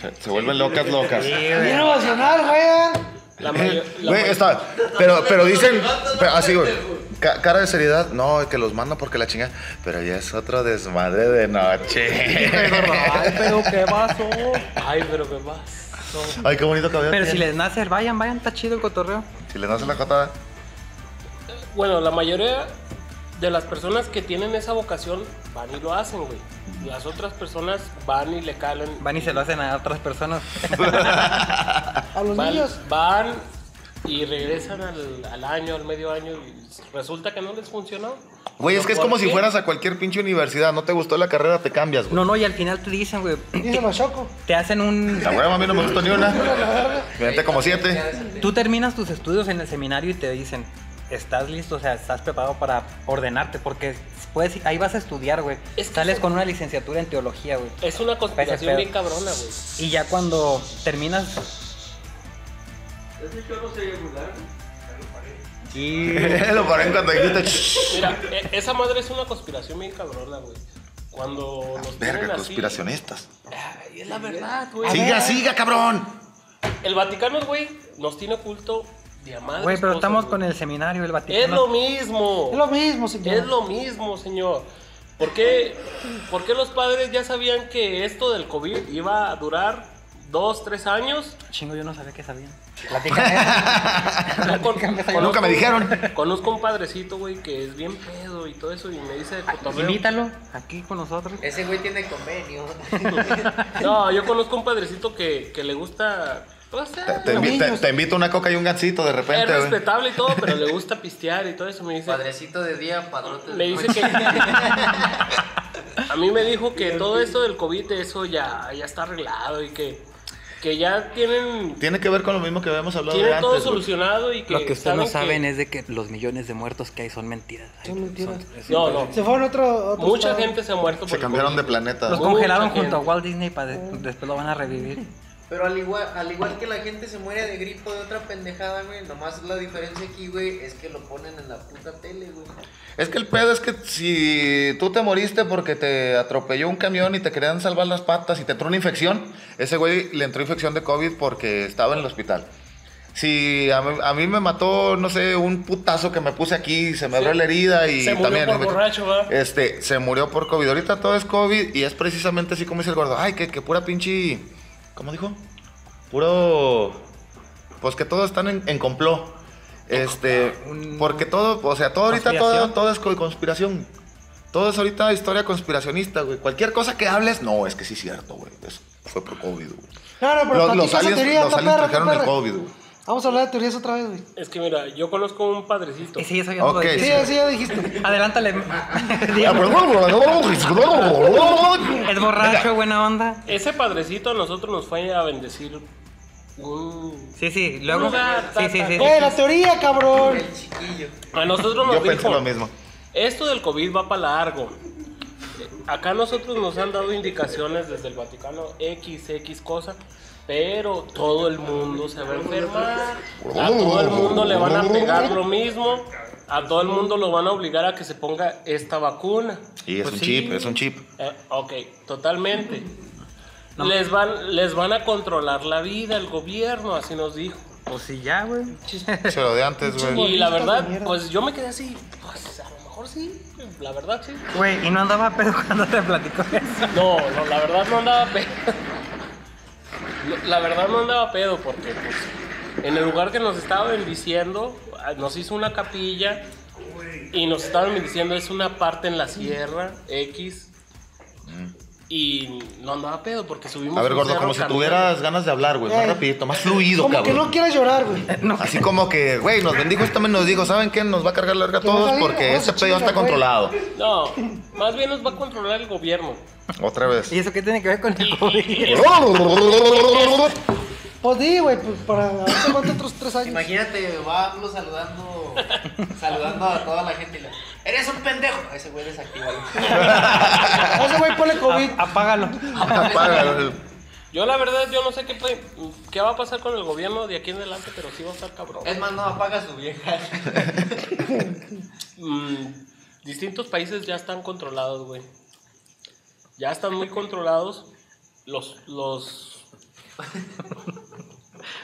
B: Se, se vuelven locas, locas.
A: Bien emocional, ¿eh? Ryan.
G: La mayo- la
B: Güey,
G: mayo-
B: está. Pero, pero dicen. pero así, güey. ca- cara de seriedad, no, que los manda porque la chinga. Pero ya es otro desmadre
C: (laughs)
B: de noche.
C: pero qué vaso.
G: Ay, pero qué más.
B: Ay, qué bonito cabello.
C: Pero si
B: tiene.
C: les nace el vayan, vayan, está chido el cotorreo.
B: Si le nace la cotada.
G: Bueno, la mayoría de las personas que tienen esa vocación van y lo hacen, güey. Las otras personas van y le calan.
C: Van y se lo hacen a otras
B: (laughs)
C: personas.
A: A los
G: Van,
A: niños.
G: van y regresan al, al año, al medio año y resulta que no les funcionó.
B: Güey, es
G: ¿Pero
B: que es
G: por
B: como si
G: qué?
B: fueras a cualquier pinche universidad. No te gustó la carrera, te cambias, güey.
C: No, no, y al final te dicen, güey,
A: Díselo a Choco.
C: te hacen un...
B: La hueva a mí no me gustó ni una. Me aventé como siete. (laughs)
C: Tú terminas tus estudios en el seminario y te dicen, estás listo, o sea, estás preparado para ordenarte, porque puedes, ahí vas a estudiar, güey.
G: Es que
C: Sales
G: eso-
C: con una licenciatura en teología, güey.
G: Es una conspiración
C: pedo.
G: bien cabrona, güey.
C: Y ya cuando terminas...
D: Ese chorro se regular.
G: (laughs)
C: Y...
B: Lo paré en cuanto dijiste. "Shh".
G: Mira, e- esa madre es una conspiración bien cabrona, güey. Cuando nos tienen
B: Verga,
G: así-
B: conspiracionistas.
G: Ay, es la verdad, güey.
B: Siga, siga, cabrón.
G: El Vaticano, güey, nos tiene oculto diamantes.
C: Güey, pero estamos con el seminario, el Vaticano.
G: Es lo mismo.
A: Es lo mismo, señor.
G: Es lo mismo, señor. ¿Por qué, por qué los padres ya sabían que esto del COVID iba a durar dos,
B: (laughs)
G: tres años?
C: Chingo, yo no sabía que
G: (laughs)
C: sabían. Platícame.
G: Yo con- conozco-
B: Nunca me dijeron.
G: Conozco un padrecito, güey, que es bien pedo y todo eso, y me dice de cotorreo.
C: Invítalo aquí con nosotros.
F: Ese güey tiene (laughs) convenio.
G: No, yo conozco un padrecito que, que le gusta. pues, eh,
B: Te, te invi- te- te invito una coca y un gancito de
G: es
B: repente, güey.
G: respetable y todo, pero le gusta pistear y todo eso. Me dice,
F: Padrecito de día, padrote de
G: Me dice
F: noche.
G: que.
F: (laughs)
G: A mí me dijo que todo esto del COVID, eso ya, ya está arreglado y que, que ya tienen,
B: Tiene que ver con lo mismo que habíamos hablado
G: tienen
B: antes.
G: todo
B: güey.
G: solucionado y que.
C: Lo que ustedes no
G: que-
C: saben es de que los millones de muertos que hay son mentiras.
A: Son mentiras.
G: No, no.
A: Se fueron otro. otro
G: Mucha
A: estado.
G: gente se ha muerto por
B: Se
G: el
B: cambiaron de
G: COVID.
B: planeta.
C: Los
B: güey.
G: Mucha
C: congelaron junto
G: gente.
C: a Walt Disney para después lo van a revivir.
F: Pero al igual, al igual que la gente se muere de gripo de otra pendejada, güey, nomás la diferencia aquí, güey, es que lo ponen en la puta tele, güey.
B: Es que el pedo es que si tú te moriste porque te atropelló un camión y te querían salvar las patas y te entró una infección, ese güey le entró infección de COVID porque estaba en el hospital. Si a mí, a mí me mató, no sé, un putazo que me puse aquí y se me abrió la herida y
G: Se murió
B: también...
G: por borracho, ¿va?
B: Este, se murió por COVID. Ahorita todo es COVID y es precisamente así como dice el gordo. Ay, que, que pura pinche... ¿Cómo dijo? Puro... Pues que todos están en, en complot. Este,
G: Ah,
B: porque todo, o sea, todo ahorita todo,
C: Conspiración.
B: todo es co- conspiración. Todo es ahorita historia conspiracionista, güey. Cualquier cosa que hables, no, es que sí es cierto, güey. Eso fue por COVID, güey.
A: No, no, pero
B: Los-
A: platica
B: los
A: esa
B: aliens-
A: teoría,
B: los
A: está
B: aliens
A: perra,
B: trajeron
A: está
B: el
A: perra.
B: COVID, güey.
A: Vamos a hablar de teorías otra vez, güey.
G: Es que mira, yo conozco un padrecito.
C: Ese ya sabía todo
B: Ok.
C: de
A: Sí,
C: ti.
A: sí, ya dijiste.
C: Adelántale. (laughs)
B: Ah,
C: Dígame. es borracho, buena onda.
G: Ese padrecito a nosotros nos fue a bendecir un.
C: Sí, sí, luego.
G: Lugar,
C: Sí, sí, sí.
A: Güey, la teoría, cabrón.
F: El chiquillo.
G: A nosotros nos
B: Yo pensé
G: dijo,
B: lo mismo.
G: Esto del COVID va para largo. Acá nosotros nos han dado indicaciones desde el Vaticano X, X cosa, pero todo el mundo se va a enfermar. A todo el mundo le van a pegar lo mismo. A todo el mundo lo van a obligar a que se ponga esta vacuna.
B: Y es
C: Pues
B: un
C: sí.
B: chip, es un chip.
G: Eh, ok, totalmente.
C: No.
G: Les, van, les van a controlar la vida, el gobierno, así nos dijo.
C: Pues sí, ya, güey.
B: Se lo de antes, güey.
G: Y
A: listas
G: la
A: de
G: verdad,
A: mierda.
G: pues yo me quedé así. Pues a lo mejor sí, la verdad sí.
C: Güey, y no andaba pedo cuando te platicó eso.
G: No, no, la verdad no andaba pedo. No, La verdad no andaba pedo porque pues, en el lugar que nos estaba bendiciendo ah, nos hizo una capilla y nos estaban bendiciendo es una parte en la sierra X y no andaba pedo porque subimos
B: A ver,
G: un
B: gordo,
G: cerro
B: como si
G: caminando.
B: tuvieras ganas de hablar, güey. Más
A: Ey.
B: rapidito, más fluido,
A: Como que
B: cabrón.
A: no quieras llorar, güey.
B: Así como que, güey, nos bendijo este también nos dijo, ¿saben qué? Nos va a cargar larga a todos
A: Ay,
B: porque
A: no,
B: este
A: se
B: pedo ya está
A: chinga, güey.
B: controlado.
G: No, más bien nos va a controlar el gobierno.
B: Otra vez.
C: ¿Y eso qué tiene que ver con el COVID?
A: Pues di, güey, pues para aguanta otros tres años.
E: Imagínate, va AMLO
F: (laughs)
E: saludando, saludando a toda la gente y le, ¡Eres un pendejo! A ese güey
F: (laughs)
E: desactivalo.
A: A ese güey ponle COVID.
C: A- apágalo.
B: (laughs) Apaga.
G: Yo la verdad, yo no sé qué, pe- qué va a pasar con el gobierno de aquí en adelante, pero sí va a estar cabrón.
E: Es más, no apaga a su vieja.
G: Mm, distintos países ya están controlados, güey. Ya están muy controlados los... los...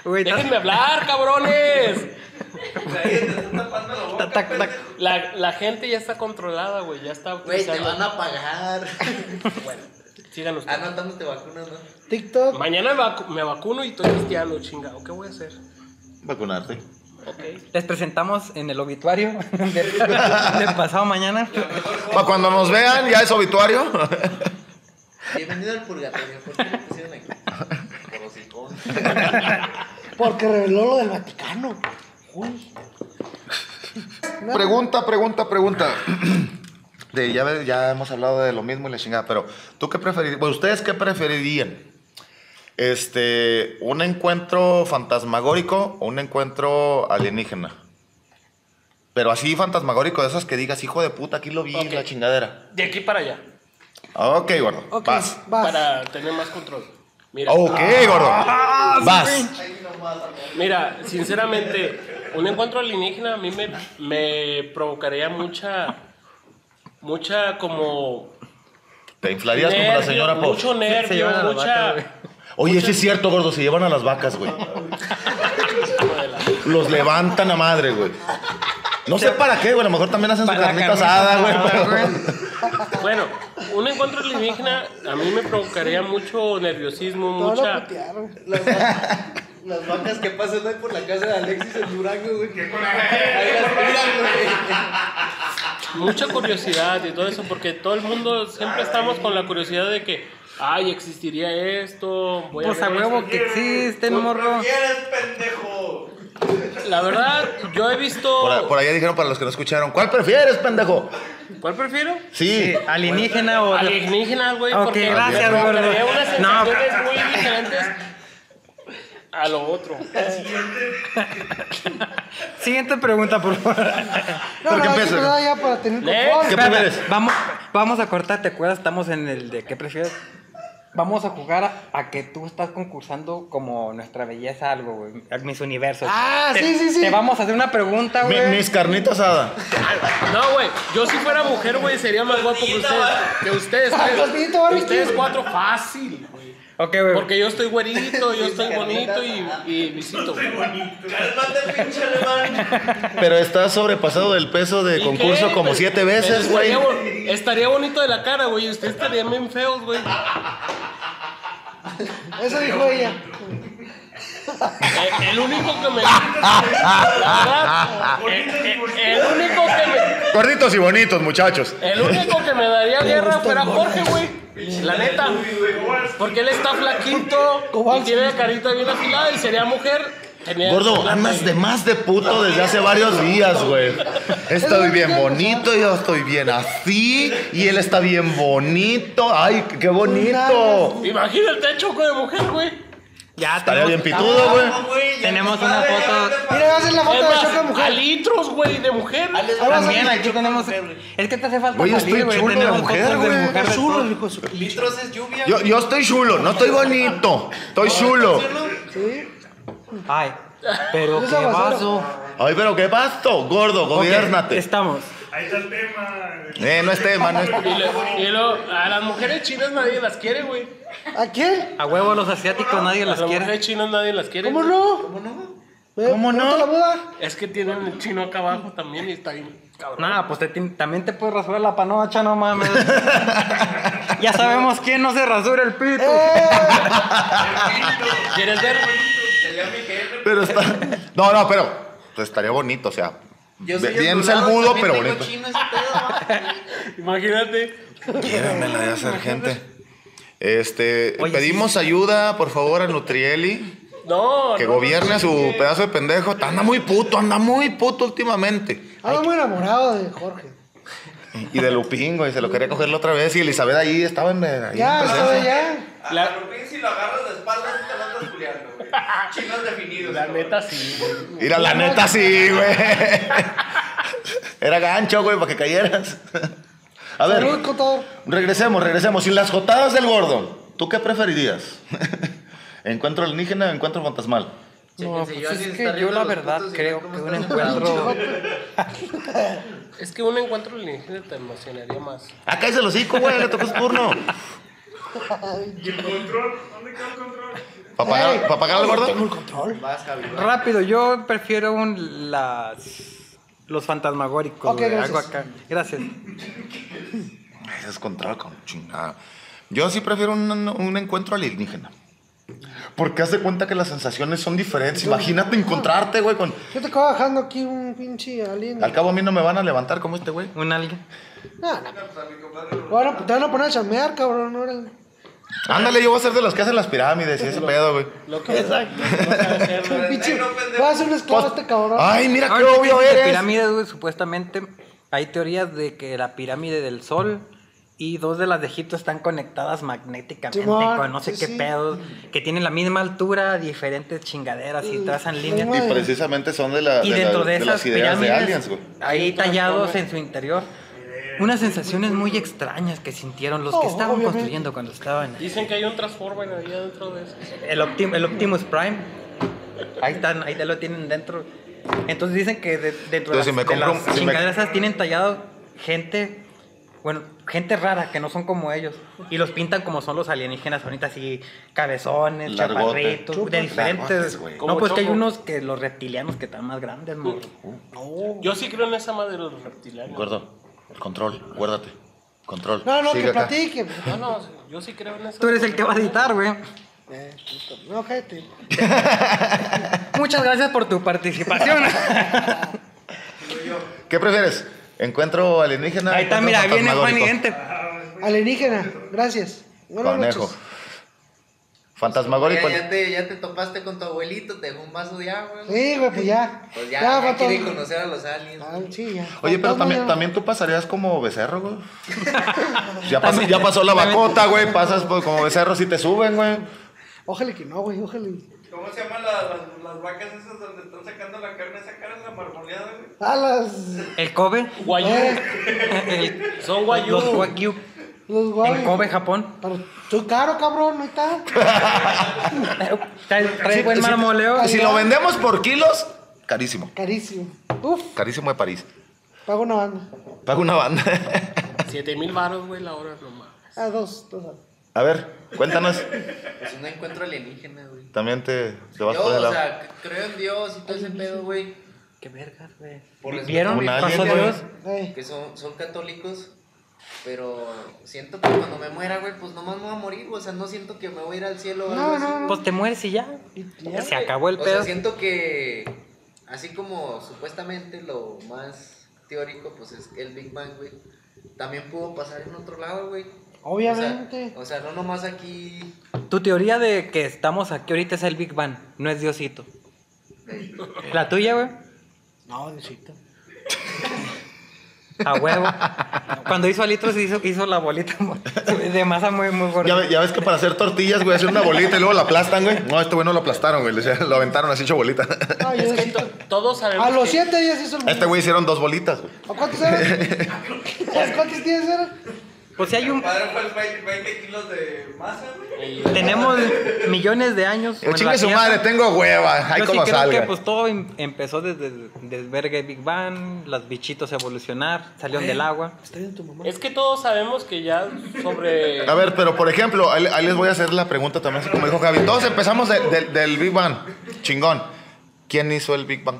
C: Güey, ta-
G: ¡Déjenme hablar, cabrones!
D: Ahí te están tapando la boca.
C: ta- ta- ta-
G: La, la gente ya está controlada, güey. Ya está
F: Güey, te
G: utilizando-
F: van a pagar. (laughs)
G: Sigan
F: Ah,
G: ustedes.
F: Anotándote vacunas, ¿no?
A: TikTok.
G: Mañana me, vacu- me vacuno y estoy cristiano, chingado. ¿Qué voy a hacer?
B: Vacunarte.
G: Ok.
C: Les presentamos en el obituario de, de pasado mañana.
B: Para cuando nos vean, ya es obituario.
F: Bienvenido al purgatorio. ¿Por qué me pusieron aquí? Por los hijos.
A: Porque reveló lo del Vaticano. Uy.
B: (laughs) pregunta, pregunta, pregunta. (clears throat) De, ya, ves, ya hemos hablado de lo mismo y la chingada, pero ¿tú qué preferirías? Bueno, ¿ustedes qué preferirían? Este, ¿un encuentro fantasmagórico o un encuentro alienígena? Pero así fantasmagórico, de esas que digas, hijo de puta, aquí lo vi,
G: Ok.
B: la chingadera.
G: De aquí para allá.
B: Ok, gordo,
A: Ok,
B: vas. Oh.
A: vas.
G: Para tener más control. Mira,
B: Ok, gordo, Ah, vas.
G: mira, sinceramente, un encuentro alienígena a mí me, me provocaría mucha. Mucha como.
B: Te inflarías como la
G: nervio,
B: señora Pop.
G: Mucho
C: Se
G: nervio,
C: llevan a la
G: mucha.
C: vaca,
B: Oye, sí es cierto, gordo, se llevan a las vacas, güey. Los levantan a madre, güey. No sé para qué, güey, a lo mejor también hacen su
C: Para la
B: carnita
C: carnita
B: asada, güey.
C: asada,
B: pero-
G: bueno, un encuentro alienígena a mí me provocaría mucho nerviosismo,
A: Te van a
G: mucha.
A: putear, güey.
F: Las, va- las vacas que pasan hoy por la casa de Alexis en Durango, güey. ¡Qué Ahí las miran,
G: mucha curiosidad y todo eso, porque todo el mundo siempre estamos con la curiosidad de que, ay, existiría esto, voy
C: Pues
G: a
C: a
G: ver
C: huevo
G: esto".
C: que existen, morro.
D: ¿Quieres, pendejo?
G: La verdad, yo he visto.
B: Por, por allá dijeron para los que no escucharon, ¿cuál prefieres, pendejo?
G: ¿Cuál prefiero?
B: Sí.
C: Eh, Alienígena o.
G: Alienígenas, güey.
C: Ok,
G: porque
C: gracias,
G: me
C: gordo.
G: provocaría unas
C: No.
G: sensaciones muy diferentes a lo otro.
C: Siguiente pregunta, por favor.
A: No,
B: ¿Por
A: no,
B: qué
A: hay que
B: empieza?
A: empezar ya para tener
G: Next.
A: control.
B: ¿Qué
C: Espérame,
B: prefieres?
C: Vamos, vamos a cortar, ¿te acuerdas? Estamos en el de qué prefieres. Vamos a jugar a, a que tú estás concursando como nuestra belleza algo, güey. A Mis universos.
A: Ah,
C: Te-
A: sí, sí, sí.
C: Te vamos a hacer una pregunta,
B: Mi-
C: güey.
B: mis carnitas asada.
G: No, güey. Yo si fuera mujer, güey, sería más guapo que ustedes. Que ustedes. tres.
A: Cosnito, Barbie.
G: ustedes cuatro, fácil, güey.
C: Ok, güey.
G: Porque yo estoy güerito, yo estoy bonito y, y visito. güey.
D: Cálmate, pinche alemán.
B: Pero estás sobrepasado del peso de
G: ¿Y
B: concurso
G: qué?
B: como
G: Pero-
B: siete
G: pero
B: veces, güey.
G: Estaría, bo- estaría bonito de la cara, güey. y Ustedes estarían bien feos, güey.
A: Eso dijo ella.
G: Eh, El, el único que me. La verdad, el, el- eh, el único que
B: Gorditos y bonitos, muchachos.
G: me. El único que me daría guerra fuera Jorge, güey. La neta. Porque él está flaquito y
A: Kowalski.
G: tiene la carita bien afilada y sería mujer. tenía-
B: Gordo, andas de más de puto desde hace varios días, güey. Estoy bien bonito, yo estoy bien así, y él está bien bonito. ¡Ay, qué bonito!
G: Imagina el techo de mujer, güey.
C: ya
B: Estaría bien
C: tenemos-
B: pitudo, güey.
C: Tenemos una foto.
A: Mira, va a ser la
G: Es
A: foto de
G: más,
A: choca
G: a
A: mujer.
G: litros, güey, de mujer.
A: Ahora
C: También
A: sí.
C: aquí tenemos. Es que te hace falta
B: Güey, yo
C: salir,
B: estoy
C: güey.
B: chulo de
C: Tenemos
B: mujer,
C: fotos de
B: güey.
C: mujer de
A: Chulo,
C: todo.
A: el hijo de su-
E: Litros es lluvia.
B: Yo, yo estoy chulo, no estoy bonito. Estoy chulo.
A: Sí.
C: Ay, pero
A: Es
C: qué
A: aguacero.
C: vaso.
B: Ay, pero qué pasto, gordo,
C: Ok,
B: gobiernate.
C: Estamos.
B: Eh, no es tema, no es
G: Y lo- y lo- a las mujeres chinas nadie las quiere, güey.
A: ¿A quién?
C: A huevo los asiáticos nadie
G: A las
C: las quiere.
G: mujeres chinas nadie las quiere.
A: ¿Cómo
G: güey.
A: no? ¿Cómo no?
C: ¿Cómo no?
A: la boda?
G: Es que tienen el chino acá abajo también y está bien cabrón.
C: Nah, pues te- también te puedes rasurar la panocha, no (laughs) mames. ya sabemos quién no se rasura el pito.
A: Eh,
G: ¿Quieres ver?
B: Pero está. No, no, pero pues, estaría bonito, o sea.
F: Yo soy
B: Bien
F: ondulado,
B: salmudo,
F: también
B: pero
F: tengo
B: bonito.
F: chino ese pedo.
G: Imagínate.
B: Quieren la de hacer gente. Este,
C: Oye,
B: pedimos ayuda, por favor, a Nutrieli.
G: No,
B: Que
G: no,
B: gobierne a
G: no,
B: su
G: no,
B: pedazo de pendejo. Anda muy puto, anda muy puto últimamente.
A: Ando muy enamorado de Jorge.
B: Y de Lupín, güey, se lo quería coger la otra vez. Y Elizabeth ahí estaba en. ahí en
A: Ya,
B: presencia.
A: ¿sabes? Ya.
D: A Lupín, si lo agarras de espaldas, te lo andas culiando, güey. Chinos definidos.
G: La
D: ¿no?
G: neta sí, güey.
B: Mira, la neta sí, güey. (laughs) Era gancho, güey, para que cayeras. A ver,
A: Salud, contador.
B: regresemos, regresemos. Sin las jotadas del gordo, ¿tú qué preferirías? (laughs) ¿Encuentro alienígena o encuentro fantasmal?
C: No,
F: Chéquense,
C: pues
F: yo así
C: es
F: está
C: que yo
F: arriba
C: la
F: los
C: verdad
F: putos y
C: creo
F: vean
C: que
F: cómo
C: un
F: están los
C: encuentro.
G: Es que un encuentro alienígena te emocionaría más.
B: Acá dice Ah, el hocico, güey, le tocó su turno.
H: ¿Y el control? ¿Dónde queda el control?
B: ¿Para pagar,
A: Ey,
B: pa' pagar al
A: yo Tengo
B: gordo?
A: el control.
F: Vas, Javi, vas.
C: Rápido, yo prefiero un, las, los fantasmagóricos.
A: Ok,
C: güey,
A: gracias.
C: algo acá. Gracias.
B: Ese es control con chingada. Yo sí prefiero un, un encuentro alienígena. Porque hace cuenta que las sensaciones son diferentes. Imagínate encontrarte, güey, con...
A: Yo te acabo bajando aquí un pinche alien.
B: Al cabo a mí no me van a levantar como este, güey.
C: Un alguien.
A: No, no. Bueno, pues, te van a poner a chamear, cabrón. No eres...
B: Ándale, yo voy a ser de los que hacen las pirámides y ese pedo, güey.
G: Lo que lo que vas a hacer,
A: (laughs)
G: güey.
A: Pinche, va a ser un esclavo este cabrón.
B: Ay, mira qué
C: Ahora que
B: obvio
C: dicen de
B: eres.
C: pirámides, güey, supuestamente hay teorías de que la pirámide del Sol y dos de las de Egipto están conectadas magnéticamente
A: Simón,
C: con no sé
A: sí,
C: qué
A: sí.
C: pedos, que tienen la misma altura, diferentes chingaderas y trazan líneas.
A: mismo-
B: Y precisamente son de, pues, la,
C: Y
B: de la-
C: dentro de,
B: de
C: esas
B: las ideas de
C: pirámides,
B: aliens, güey.
C: ahí tallados en su interior, unas sensaciones muy extrañas que sintieron los que
A: Oh,
C: estaban
A: obviamente.
C: construyendo cuando estaban.
G: Dicen que hay un Transformer ahí adentro de eso.
C: El, Optim- el Optimus Prime. Ahí están, ahí te lo tienen dentro. Entonces dicen que de- dentro
B: Entonces, si
C: de
B: me
C: las, de
B: compro
C: las
B: un- si me-
C: chingaderas esas tienen tallado gente, bueno, gente rara que no son como ellos. Y los pintan como son los alienígenas ahorita, así cabezones,
B: Largote.
C: chaparritos, de
B: Chupas. Largotes,
C: diferentes.
B: güey.
C: no,
G: Como
C: pues que hay
G: Choco.
C: unos que los reptilianos que están más grandes, morro.
G: Yo sí creo en esa madre de los reptilianos.
B: Gordo, control, guárdate. Control.
A: No, no,
B: Sigue
A: que
B: acá.
A: platique.
G: No, no, yo sí creo en eso.
C: Tú eres el que va a editar, güey.
A: Eh, No, cállate.
C: Muchas gracias por tu
B: (laughs)
C: participación.
B: ¿Qué prefieres? ¿Encuentro alienígena?
C: ahí está,
B: encuentro
C: mira, viene Juan y
B: fantasmagórico?
C: gente.
A: Pues, Alienígena, gracias. Buenas
B: Conejo.
A: noches.
B: Fantasmagórico.
F: Ya, ya te, ya te topaste con tu abuelito, te dejó un vaso de agua. güey.
A: Sí, güey, pues ya.
F: Pues ya,
A: Ya,
F: ya,
A: faltó-
F: quiere conocer a los aliens.
A: Ah, sí, ya.
B: Oye, pero
A: Fantasma
B: también,
A: ya.
B: también tú pasarías como becerro,
F: (laughs)
B: güey. Ya pasó, ya pasó la bacota, güey. Pasas pues, como becerro si te suben, güey.
A: Ojalá que no, güey, ojalá.
D: ¿Cómo se llaman la- las, las vacas esas donde están sacando la carne? Esa carne es la marmoleada, güey.
A: Ah, las.
C: El Kobe.
G: Guayú.
A: eh,
C: (laughs) El-
G: Son guayú.
C: Los Wagyu.
A: los
C: En
A: guays.
C: Kobe, Japón.
A: Pero estoy caro, cabrón, no está.
C: Trae, trae buen marmoleo.
B: Si lo vendemos por kilos, carísimo.
A: Carísimo. Uf,
B: Carísimo de París.
A: pago una banda.
B: Paga una banda. (laughs)
G: 7 mil baros, güey, la hora nomás.
A: Ah, dos, dos.
B: A ver, cuéntanos.
F: Pues un encuentro alienígena, güey.
B: También te, te vas
F: Yo,
B: por el
F: o
B: lado.
F: sea, c- creo en Dios y todo ese pedo, güey.
C: Qué verga, güey.
F: Por respeto
C: ¿Vieron?
B: Un
C: Pasó
B: alien,
C: Dios.
A: Eh,
F: Que son, son católicos. Pero siento que cuando me muera, güey, pues nomás me voy a morir, güey. O sea, no siento que me voy a ir al cielo o
A: No,
F: algo así,
A: no,
F: güey.
C: Pues te mueres y ya.
A: ya,
C: Se acabó el
F: O sea,
C: pedo.
F: siento que así como supuestamente lo más teórico, pues es el Big Bang, güey. También pudo pasar en otro lado, güey.
A: Obviamente.
F: O sea, o sea, no nomás aquí.
C: Tu teoría de que estamos aquí ahorita es el Big Bang, no es
F: (laughs)
C: Diosito. La tuya, güey.
A: No, necesito.
C: A huevo. Cuando hizo alitos hizo, hizo la bolita (laughs) de masa muy, muy
B: Ya,
C: gorda.
B: ve- ya ves que para hacer tortillas, güey, hacen una bolita y luego la aplastan, güey. No, este güey no lo aplastaron, güey. le- Lo aventaron así hecho bolita.
A: Ah, yo necesito.
G: Todos sabemos.
A: A los
G: que-
A: siete días hizo el
B: Este
A: mundo.
B: güey hicieron dos bolitas, güey.
A: ¿A cuántos
B: (laughs)
A: eran? ¿Sabes cuántos días eran?
C: Pues si hay un...
D: Mi padre fue el 20, 20 kilos de masa, güey.
C: Tenemos millones de años.
B: Eh,
C: bueno, la
B: chingue su
C: Tierra.
B: madre, tengo hueva. Hay
C: Yo
B: como
C: sí creo
B: salga.
C: que pues todo em- empezó desde desvergue Big Bang, los bichitos evolucionar, salieron del agua.
A: Está bien tu mamá.
G: Es que todos sabemos que ya
B: (laughs)
G: sobre.
B: A ver, pero por ejemplo, ahí, ahí les voy a hacer la pregunta también, así como dijo Javi. Todos empezamos de- de- del Big Bang. Chingón. ¿Quién hizo el Big Bang?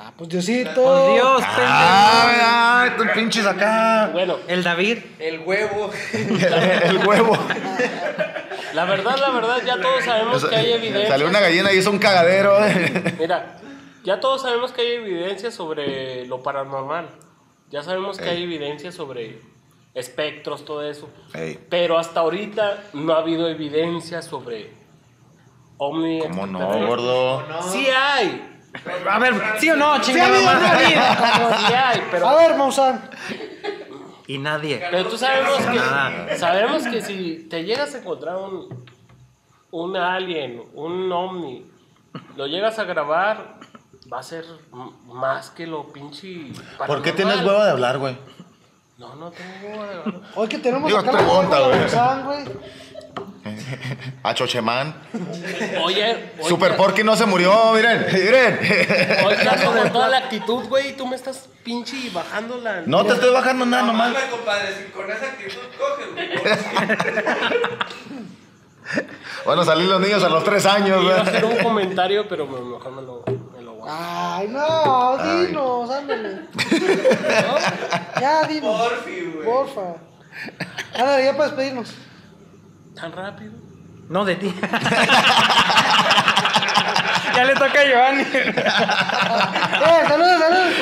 A: Ah, pues Diosito.
C: Por Dios,
B: Ah, ay, tú pinches acá.
G: Bueno,
C: pendejo. El David,
F: El huevo. (laughs)
B: El, el huevo.
G: la verdad, la verdad, ya todos sabemos que hay evidencia.
B: Salió una gallina y hizo un cagadero.
G: Mira, ya todos sabemos que hay evidencia sobre lo paranormal. Ya sabemos que
B: Ey.
G: hay evidencia sobre espectros, todo eso.
B: Ey.
G: Pero hasta ahorita no ha habido evidencia sobre ovni.
B: ¿Cómo no,
G: extraterrestre.
B: gordo?
G: Sí hay.
C: a ver, ¿sí o no,
A: Sí, ha
C: chingada
A: habido, no ha
C: madre?
A: habido.
G: Sí hay,
A: A
G: pero,
A: ver, Maussan.
C: Y nadie.
G: pero tú sabemos
C: Nada.
G: que, sabemos que si te llegas a encontrar un, un alien, un ovni, lo llegas a grabar, va a ser m- más que lo pinche.
B: ¿Por qué
G: paranormal.
B: tienes huevo de hablar, güey?
G: No, no tengo hueva de hablar.
A: Hoy que tenemos
B: Digo,
A: acá
B: te monta,
A: la
B: güey.
A: Mausán, güey.
B: A Chochemán.
G: Oye, hoy
B: Super
G: ya-
B: Porky no se murió, miren, miren.
G: Hoy ya con toda la actitud, güey, y tú me estás pinche bajando la.
B: No te estoy bajando
I: Ah,
B: nada nomás.
J: Mamá, compadre, si con esa actitud coges,
I: (laughs)
J: güey.
B: Bueno, salí los niños a los tres años,
G: Iba a hacer
B: güey.
G: un comentario, pero me- mejor me lo, me lo guardo.
A: Ay, no, dinos, ándale.
B: (laughs)
A: Ya, dinos.
J: Porfi, güey.
A: Porfa. Ándale, ya para despedirnos.
G: Tan rápido.
C: No, de ti. (laughs) ya le toca a Giovanni.
A: Eh, saludos,
B: (laughs)
A: saludos.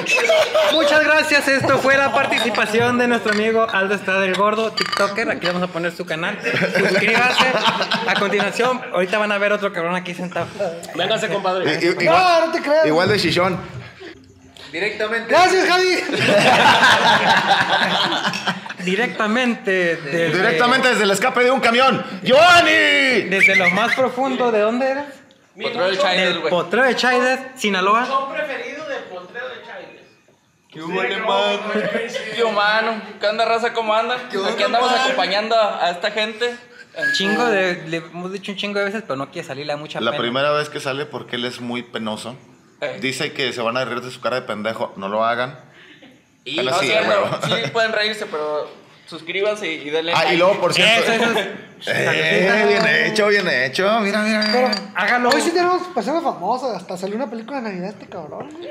C: Muchas gracias. Esto fue la participación de nuestro amigo Aldo Estrada el Gordo, TikToker. Aquí vamos a poner su canal. Suscríbase. A continuación, ahorita van a ver otro cabrón aquí sentado.
G: Véngase, compadre.
B: I- i- Igual,
A: No, no te creas.
B: igual de chichón.
F: Directamente.
A: Gracias,
B: (laughs)
A: Javi.
C: Directamente desde,
B: Directamente desde el escape de un camión. ¡Giovanni!
C: desde lo más profundo. ¿De dónde eres?
I: Control de Chávez,
C: Del
I: güey.
C: Potrero de Chaides, Sinaloa.
K: Son preferido de Potrero de Chávez.
I: ¿Qué humano, ¿Qué humano? ¿Qué onda, raza? ¿Cómo anda? Aquí andamos acompañando a esta gente.
C: Chingo de. Le hemos dicho un chingo de veces, pero no quiere salir la mucha
B: La
C: pena.
B: primera vez que sale, porque él es muy penoso,
I: Eh.
B: dice que se van a reír de su cara de pendejo. No lo hagan.
I: Y
B: Pero
I: no,
B: sí,
I: sí, bueno,
B: huevo.
I: sí pueden reírse, pero suscríbanse y denle
B: Ah, y
I: like.
B: luego, por
C: Eso,
B: cierto.
C: eso.
B: (laughs) Eh, bien hecho, bien hecho. Mira, mira.
A: Pero
B: mira.
C: Hágalo.
A: Hoy sí tenemos personas famosas. Hasta salió una película de Navidad este cabrón. güey.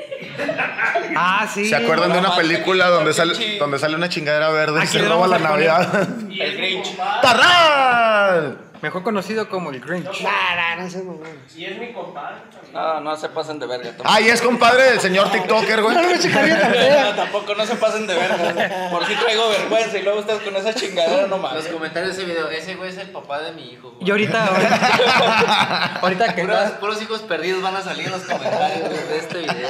C: Ah, sí.
B: ¿Se acuerdan de una
I: Nomás
B: película
I: te
B: donde
I: quito el
B: sale,
I: pinche-
B: donde sale una chingadera verde y
C: Aquí
B: se
C: le
B: roba la
C: vamos a poner.
B: Navidad?
I: El Grinch.
B: ¡Tarrán!
C: Mejor conocido como el Grinch.
A: Nah, nah, Ah, no seas mamón.
K: Y es mi compadre también.
I: No, no se pasen de
B: (laughs)
I: verga. tampoco.
B: Ah, y es compadre del señor TikToker, güey.
A: No lo checaría tan
I: No,
A: fea.
I: tampoco, no se pasen de verga. Por si traigo vergüenza y luego estás con esa chingadera
F: Los
I: nomás.
F: comentarios de ese video. Ese güey es el papá de mi hijo. güey.
C: Y ahorita,
B: (laughs)
C: ahorita, ahorita que
F: Puros,
C: estás-
F: puros hijos perdidos van a salir en los comentarios güey, de este video.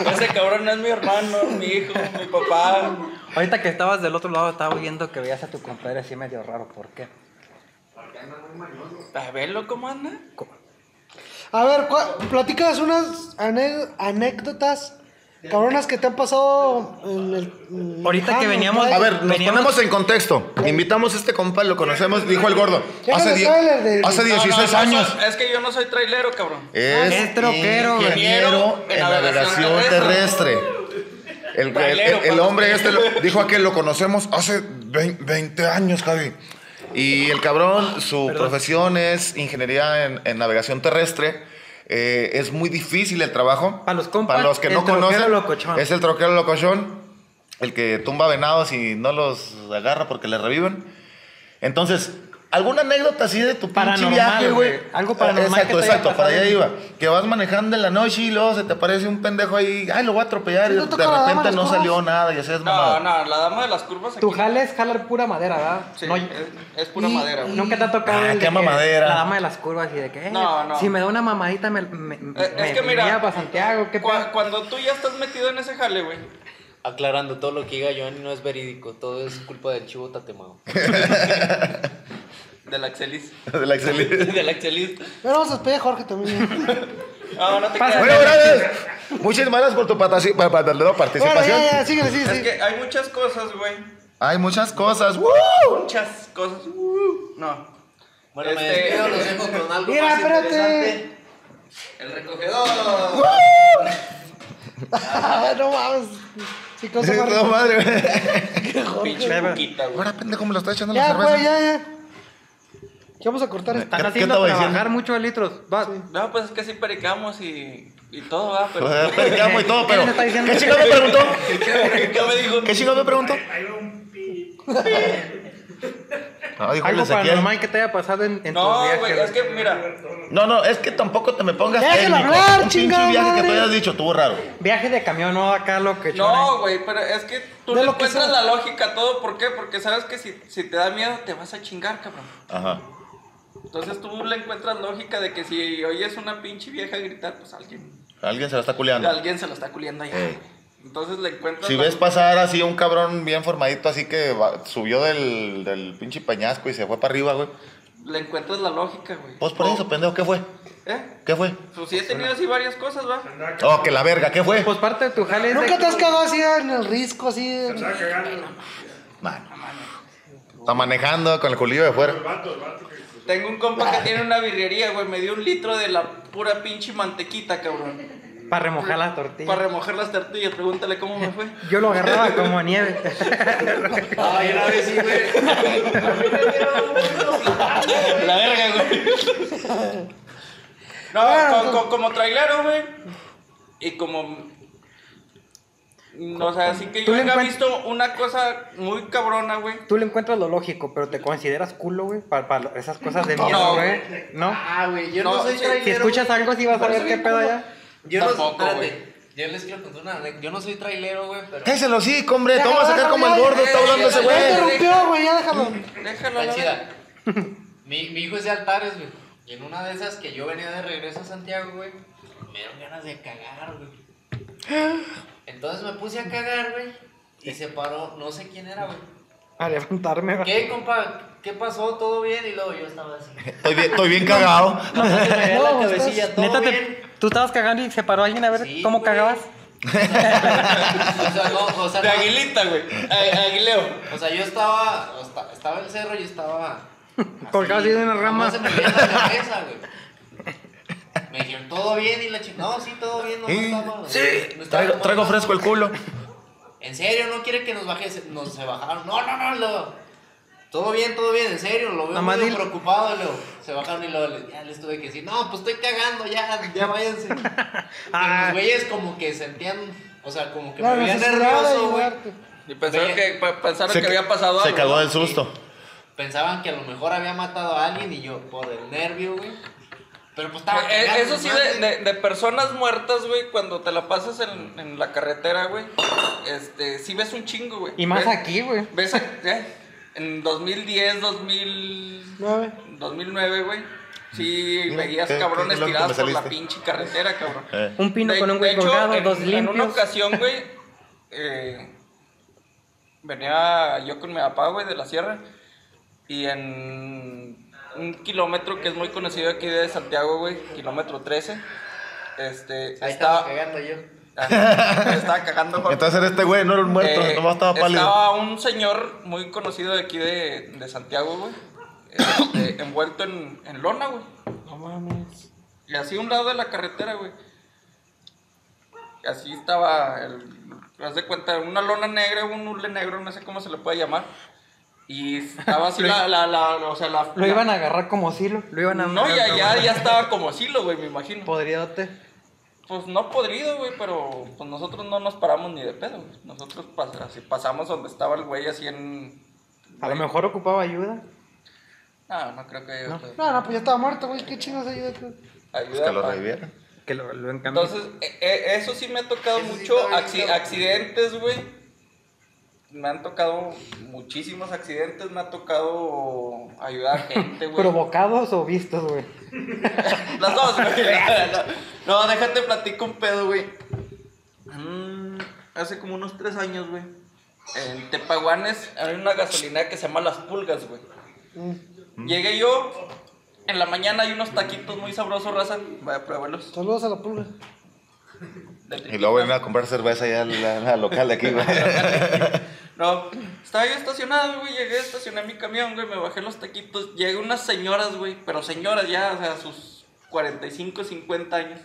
F: güey.
I: Ese cabrón no es mi hermano, mi hijo, mi papá.
C: ahorita que estabas del otro lado, estaba viendo que veías a tu compadre así medio raro. ¿Por qué?
I: A verlo cómo anda.
A: A ver, ¿cuál- platicas unas ane- anécdotas cabronas que te han pasado en el. en
C: Ahorita
A: Lejano,
C: que veníamos-
B: A
A: ¿verdad?
B: ver, nos
C: Veníamos-
B: ponemos en contexto. Invitamos a este compa, lo conocemos, dijo el gordo.
A: Déjale
B: Hace, die-
A: trailer de-
B: hace
I: No, no,
B: 16
I: no,
B: Pues años.
I: so- es que yo no soy trailero, cabrón.
B: Es
C: Es troquero, güey.
B: ingeniero en navegación terrestre. El, el- el- el
I: Bailero,
B: hombre
I: para
B: este
I: los
B: lo- dijo a que lo conocemos hace vein- 20 años, Javi. Y el cabrón, su profesión es ingeniería en, en navegación terrestre. Eh, es muy difícil el trabajo.
C: Para los compas,
B: Para los que
C: el
B: no
C: troquero
B: conocen,
C: locochón.
B: es el troquero locochón, el que tumba venados y no los agarra porque le reviven. Entonces, ¿alguna anécdota así de tu pinche
C: Paranormal,
B: viaje, güey? Eh,
C: güey. Algo paranormal
B: Exacto,
C: que te haya
B: exacto, para
C: pasado.
B: allá iba. Que vas manejando en la noche y luego se te aparece un pendejo ahí, ay, lo voy a atropellar, y
A: ¿No
B: de
A: tocó la dama
B: repente
A: de
B: no
A: los
B: salió
A: cubos?
B: nada y así es
I: No,
B: mamada.
I: no, la dama de las curvas aquí.
C: Tu jale es jalar pura madera, ¿verdad?
I: Sí,
C: No-
I: es, es pura
C: y-
I: madera, güey. Eh,
C: Nunca te ha tocado.
B: Ah,
C: el de
B: quema
C: que
B: madera.
C: La dama de las curvas y de que. eh,
I: No, no.
C: Si me da una mamadita, me. me, me
I: Eh, es que
C: me
I: mira,
C: iría para Santiago. ¿qué
I: cua-
C: pedo?
I: cuando tú ya estás metido en ese jale, güey.
F: Aclarando, todo lo que diga Johnny no es verídico. Todo es culpa del chivo (laughs) tatemado.
I: Del Axelis.
B: (laughs) De la excelente.
I: (laughs) Del Axelis.
A: Pero vamos a despedir a Jorge también.
I: No, no Ah, te
C: Pasa,
I: creas.
B: Bueno, gracias. Muchísimas gracias por tu pataci- pa- pa- pa-
A: Bueno,
B: participación.
A: ya, ya, síguele, (laughs) sí,
I: Es
A: sí.
I: que hay muchas cosas, güey.
B: Hay muchas cosas. ¡Woo!
I: Muchas cosas. Uh, no.
F: Bueno, me
I: Este-
F: despido, los dejo con algo
A: Mira,
F: más
A: espérate.
F: interesante. El recogedor.
A: Ah, no mames. Sí, cosa más
B: No,
A: rica.
B: madre. güey.
I: Pinche
C: Beba.
I: boquita, güey.
B: Ahora, pendejo, me lo está echando la
A: Ya,
B: cerveza.
A: güey, ya, ya. Ya vamos a cortar esto.
B: ¿Qué-
C: Están
B: qué
C: haciendo
B: estaba
C: trabajar
B: diciendo?
C: muchos litros. Va.
I: No, pues es que sí pericamos y, y todo va,
B: (laughs)
I: pero.
B: Joder, pericamos y todo,
C: ¿Qué
B: pero.
C: les está diciendo?
B: ¿Qué chingado me preguntó?
I: ¿Qué me dijo?
B: ¿Qué chingado me preguntó?
K: Ahí va un
B: (laughs)
K: pi.
B: No, dijo el
C: Algo
B: Ezequiel.
C: paranormal que te haya pasado en, en tus
I: No,
C: viajes.
I: güey, es que mira.
B: No, no, es que tampoco te me pongas
A: Déjalo
B: técnico.
A: hablar,
B: Un pinche
A: chingada
B: viaje que tú
A: madre.
B: hayas dicho, estuvo raro.
C: Viaje de camión, no acá lo que
I: No, güey, pero es que tú
A: De
I: le
A: lo que
I: encuentras
A: sea.
I: la lógica a todo. ¿Por qué? Porque sabes que si, si te da miedo te vas a chingar, cabrón.
B: Ajá.
I: Entonces tú le encuentras lógica de que si oyes una pinche vieja gritar, pues alguien,
B: Alguien se la está culeando.
I: alguien se lo está culiando allá.
B: Ey.
I: Entonces le encuentras.
B: Eh. Si
I: la-
B: ves pasar así un cabrón bien formadito, así que va- subió del, del pinche peñasco y se fue para arriba, güey.
I: le encuentras la lógica, güey.
B: Pues por eso, pendejo, ¿qué fue?
I: ¿Eh?
B: ¿Qué fue?
I: Pues sí he tenido así varias cosas, ¿va?
B: Oh, que la verga, ¿qué fue?
C: Pues parte de tu jale es de
A: Nunca
C: que-
A: te has cagado así en el risco, así. en-
L: Estaba cagando.
B: Mano. Está manejando con el culillo de fuera.
L: El vato, el vato que. pues,
I: Tengo un compa que tiene una birrería, güey. Me dio un litro de la pura pinche mantequita, cabrón.
C: Para remojar las tortillas.
I: Para remojar las tortillas. Pregúntale cómo me fue.
C: Yo lo
I: (laughs)
C: agarraba como nieve. (laughs)
F: Ah, yo la vez sí, güey.
I: La verga, güey. No, co- co- como trailero, güey. Y como. No, o sea, así que
C: ¿Tú
I: yo
C: le
I: nunca he
C: encuent-
I: visto una cosa muy cabrona, güey.
C: Tú le encuentras lo lógico, pero te consideras culo, güey, para, esas cosas de
I: No,
C: miedo, güey.
I: güey.
C: ¿No?
F: Ah, güey, yo no,
I: No,
F: soy
I: si- si
F: trailero.
C: Si escuchas algo así vas a
F: Por
C: ver
F: eso
C: qué
F: bien
C: pedo
F: culo.
C: allá.
F: Yo no,
I: Tampoco,
F: espérate,
I: güey.
F: yo les quiero contar una anécdota. Yo no soy trailero, güey, pero.
B: Ese lo sí, hombre. Te vamos a sacar como el gordo. Está hablando ese
A: Ya
B: güey.
A: me interrumpió, güey, ya déjalo.
I: Déjalo,
F: Está
I: la verga.
F: chida. mi, mi hijo es de altares, güey. Y en una de esas que yo venía de regreso a Santiago, güey, me dieron ganas de cagar, güey. Entonces me puse a cagar, güey. Y se paró, no sé quién era, güey.
C: A levantarme, güey.
F: ¿Qué, compa? ¿Qué pasó? ¿Todo bien? Y luego yo estaba así.
B: Estoy bien, estoy bien cagado.
F: Traía la
A: No, estás-
F: cabecilla, todo
C: Neta, te-
F: bien.
C: tú estabas cagando y se paró alguien a ver
F: Sí,
C: cómo
F: güey.
C: cagabas.
F: O sea, no, o sea,
I: De
F: no-
I: aguilita, güey. A- Aguileo.
F: O sea, yo estaba, o esta- estaba en el cerro y
B: (laughs)
F: estaba. así,
C: Colgado así de una
F: nomás
C: rama.
F: se me veía la cabeza, güey. Me dijeron, todo bien y la chica. No, sí, todo bien, no, no
B: Sí,
F: estaba.
B: sí,
F: no
B: traigo,
F: estaba tomando.
B: traigo fresco el culo.
F: (laughs) En serio, no quiere que nos bajes. Nos se bajaron. No, no, no, lo. Todo bien, todo bien, en serio, lo veo
C: Nomás
F: muy
C: dile.
F: preocupado, y luego se bajaron y luego les, ya les tuve que decir, no, pues estoy cagando, ya,
B: (laughs)
F: ya váyanse. Y
C: Ah.
F: los güeyes como que sentían, o sea, como que
A: La
F: me veían
A: necesidad de
F: nervioso, güey.
A: ayudarte.
I: Y pensaron
F: Ve-
I: que, pa- pensaron
B: Se
I: que había pasado
B: se
I: algo.
B: cagó
I: ¿no?
B: del susto.
F: Pensaban que a lo mejor había matado a alguien y yo, por el nervio, güey. Pero pues estaba.
I: Eh,
F: cagando,
I: Eso sí,
F: madre.
I: de, de- de personas muertas, güey, cuando te la pasas en, en la carretera, güey, este, sí ves un chingo, güey.
C: Y más
I: Ves-
C: aquí, güey.
I: ¿Ves? a- eh, En 2010, 2000,
A: Nueve.
I: 2009, güey. Sí,
B: Mira,
I: veías
B: qué-
I: cabrones
B: qué loco
I: tirados
B: me
I: por la
B: saliste.
I: pinche carretera, cabrón.
B: Eh,
C: Un pino
I: De-
C: con un
I: de
C: güey
I: hecho,
C: colgado,
I: en-
C: dos
I: En una
C: limpios.
I: ocasión, güey, eh, venía yo con mi papá, güey, de la sierra, y en un kilómetro que es muy conocido aquí de Santiago, güey, kilómetro 13, este,
F: Ahí estaba
I: estaba,
F: cagando yo.
I: Ah, (laughs)
B: (laughs)
I: estaba cagando, Jorge.
B: Entonces era este güey, no era un muerto,
I: Eh,
B: nomás estaba pálido.
I: estaba un señor muy conocido de aquí de, de Santiago, güey, este, (clears throat) envuelto en, en lona, güey.
C: No mames.
I: Y así a un lado de la carretera, güey. Y así estaba, el, haz de cuenta, una lona negra, un hule negro, no sé cómo se le puede llamar. Y estaba así la, la, la, o sea, la...
C: Lo iban a agarrar como silo. Lo iban a
I: No, ya, ya, ya estaba como silo, güey, me imagino.
C: Podridote.
I: Pues no podrido, güey, pero pues nosotros no nos paramos ni de pedo, güey. Nosotros pas- así pasamos donde estaba el güey así en...
C: A lo mejor ocupaba ayuda.
I: No, no creo que...
A: No, no, pues ya estaba muerto, güey. ¿Qué chingos ayuda?
B: Pues que lo
I: pa-
B: revivieron.
C: Que lo, lo encamine.
I: Entonces, e- e- eso sí me ha tocado
F: Eso sí
I: mucho
F: está bien,
I: acci-
F: cabrón.
I: accidentes, güey. Me han tocado muchísimos accidentes, me ha tocado ayudar a gente, güey.
C: ¿Provocados o vistos,
I: (laughs)
C: güey?
I: Las dos, güey. No, no, déjate platico un pedo, güey. Mm, Hace como unos tres años, güey. En Tepaguanes hay una gasolinera que se llama Las Pulgas, güey.
C: Mm.
I: Llegué yo, en la mañana hay unos taquitos muy sabrosos, raza. Voy a probarlos.
A: Saludos a la pulga.
I: de
B: Y luego
I: tripitas.
B: venían a comprar cerveza allá a la, la local de aquí, güey.
I: No, estaba yo estacionado, güey, llegué, estacioné mi camión, güey, me bajé los taquitos, llegué unas señoras, güey, pero señoras ya, o sea, sus 45, 50 años,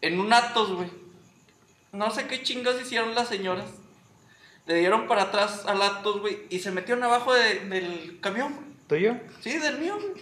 I: en un Atos, güey. No sé qué chingas hicieron las señoras. Le dieron para atrás al Atos, güey, y se metieron abajo de- del camión, güey.
C: ¿Tuyo?
I: Sí, del mío, güey.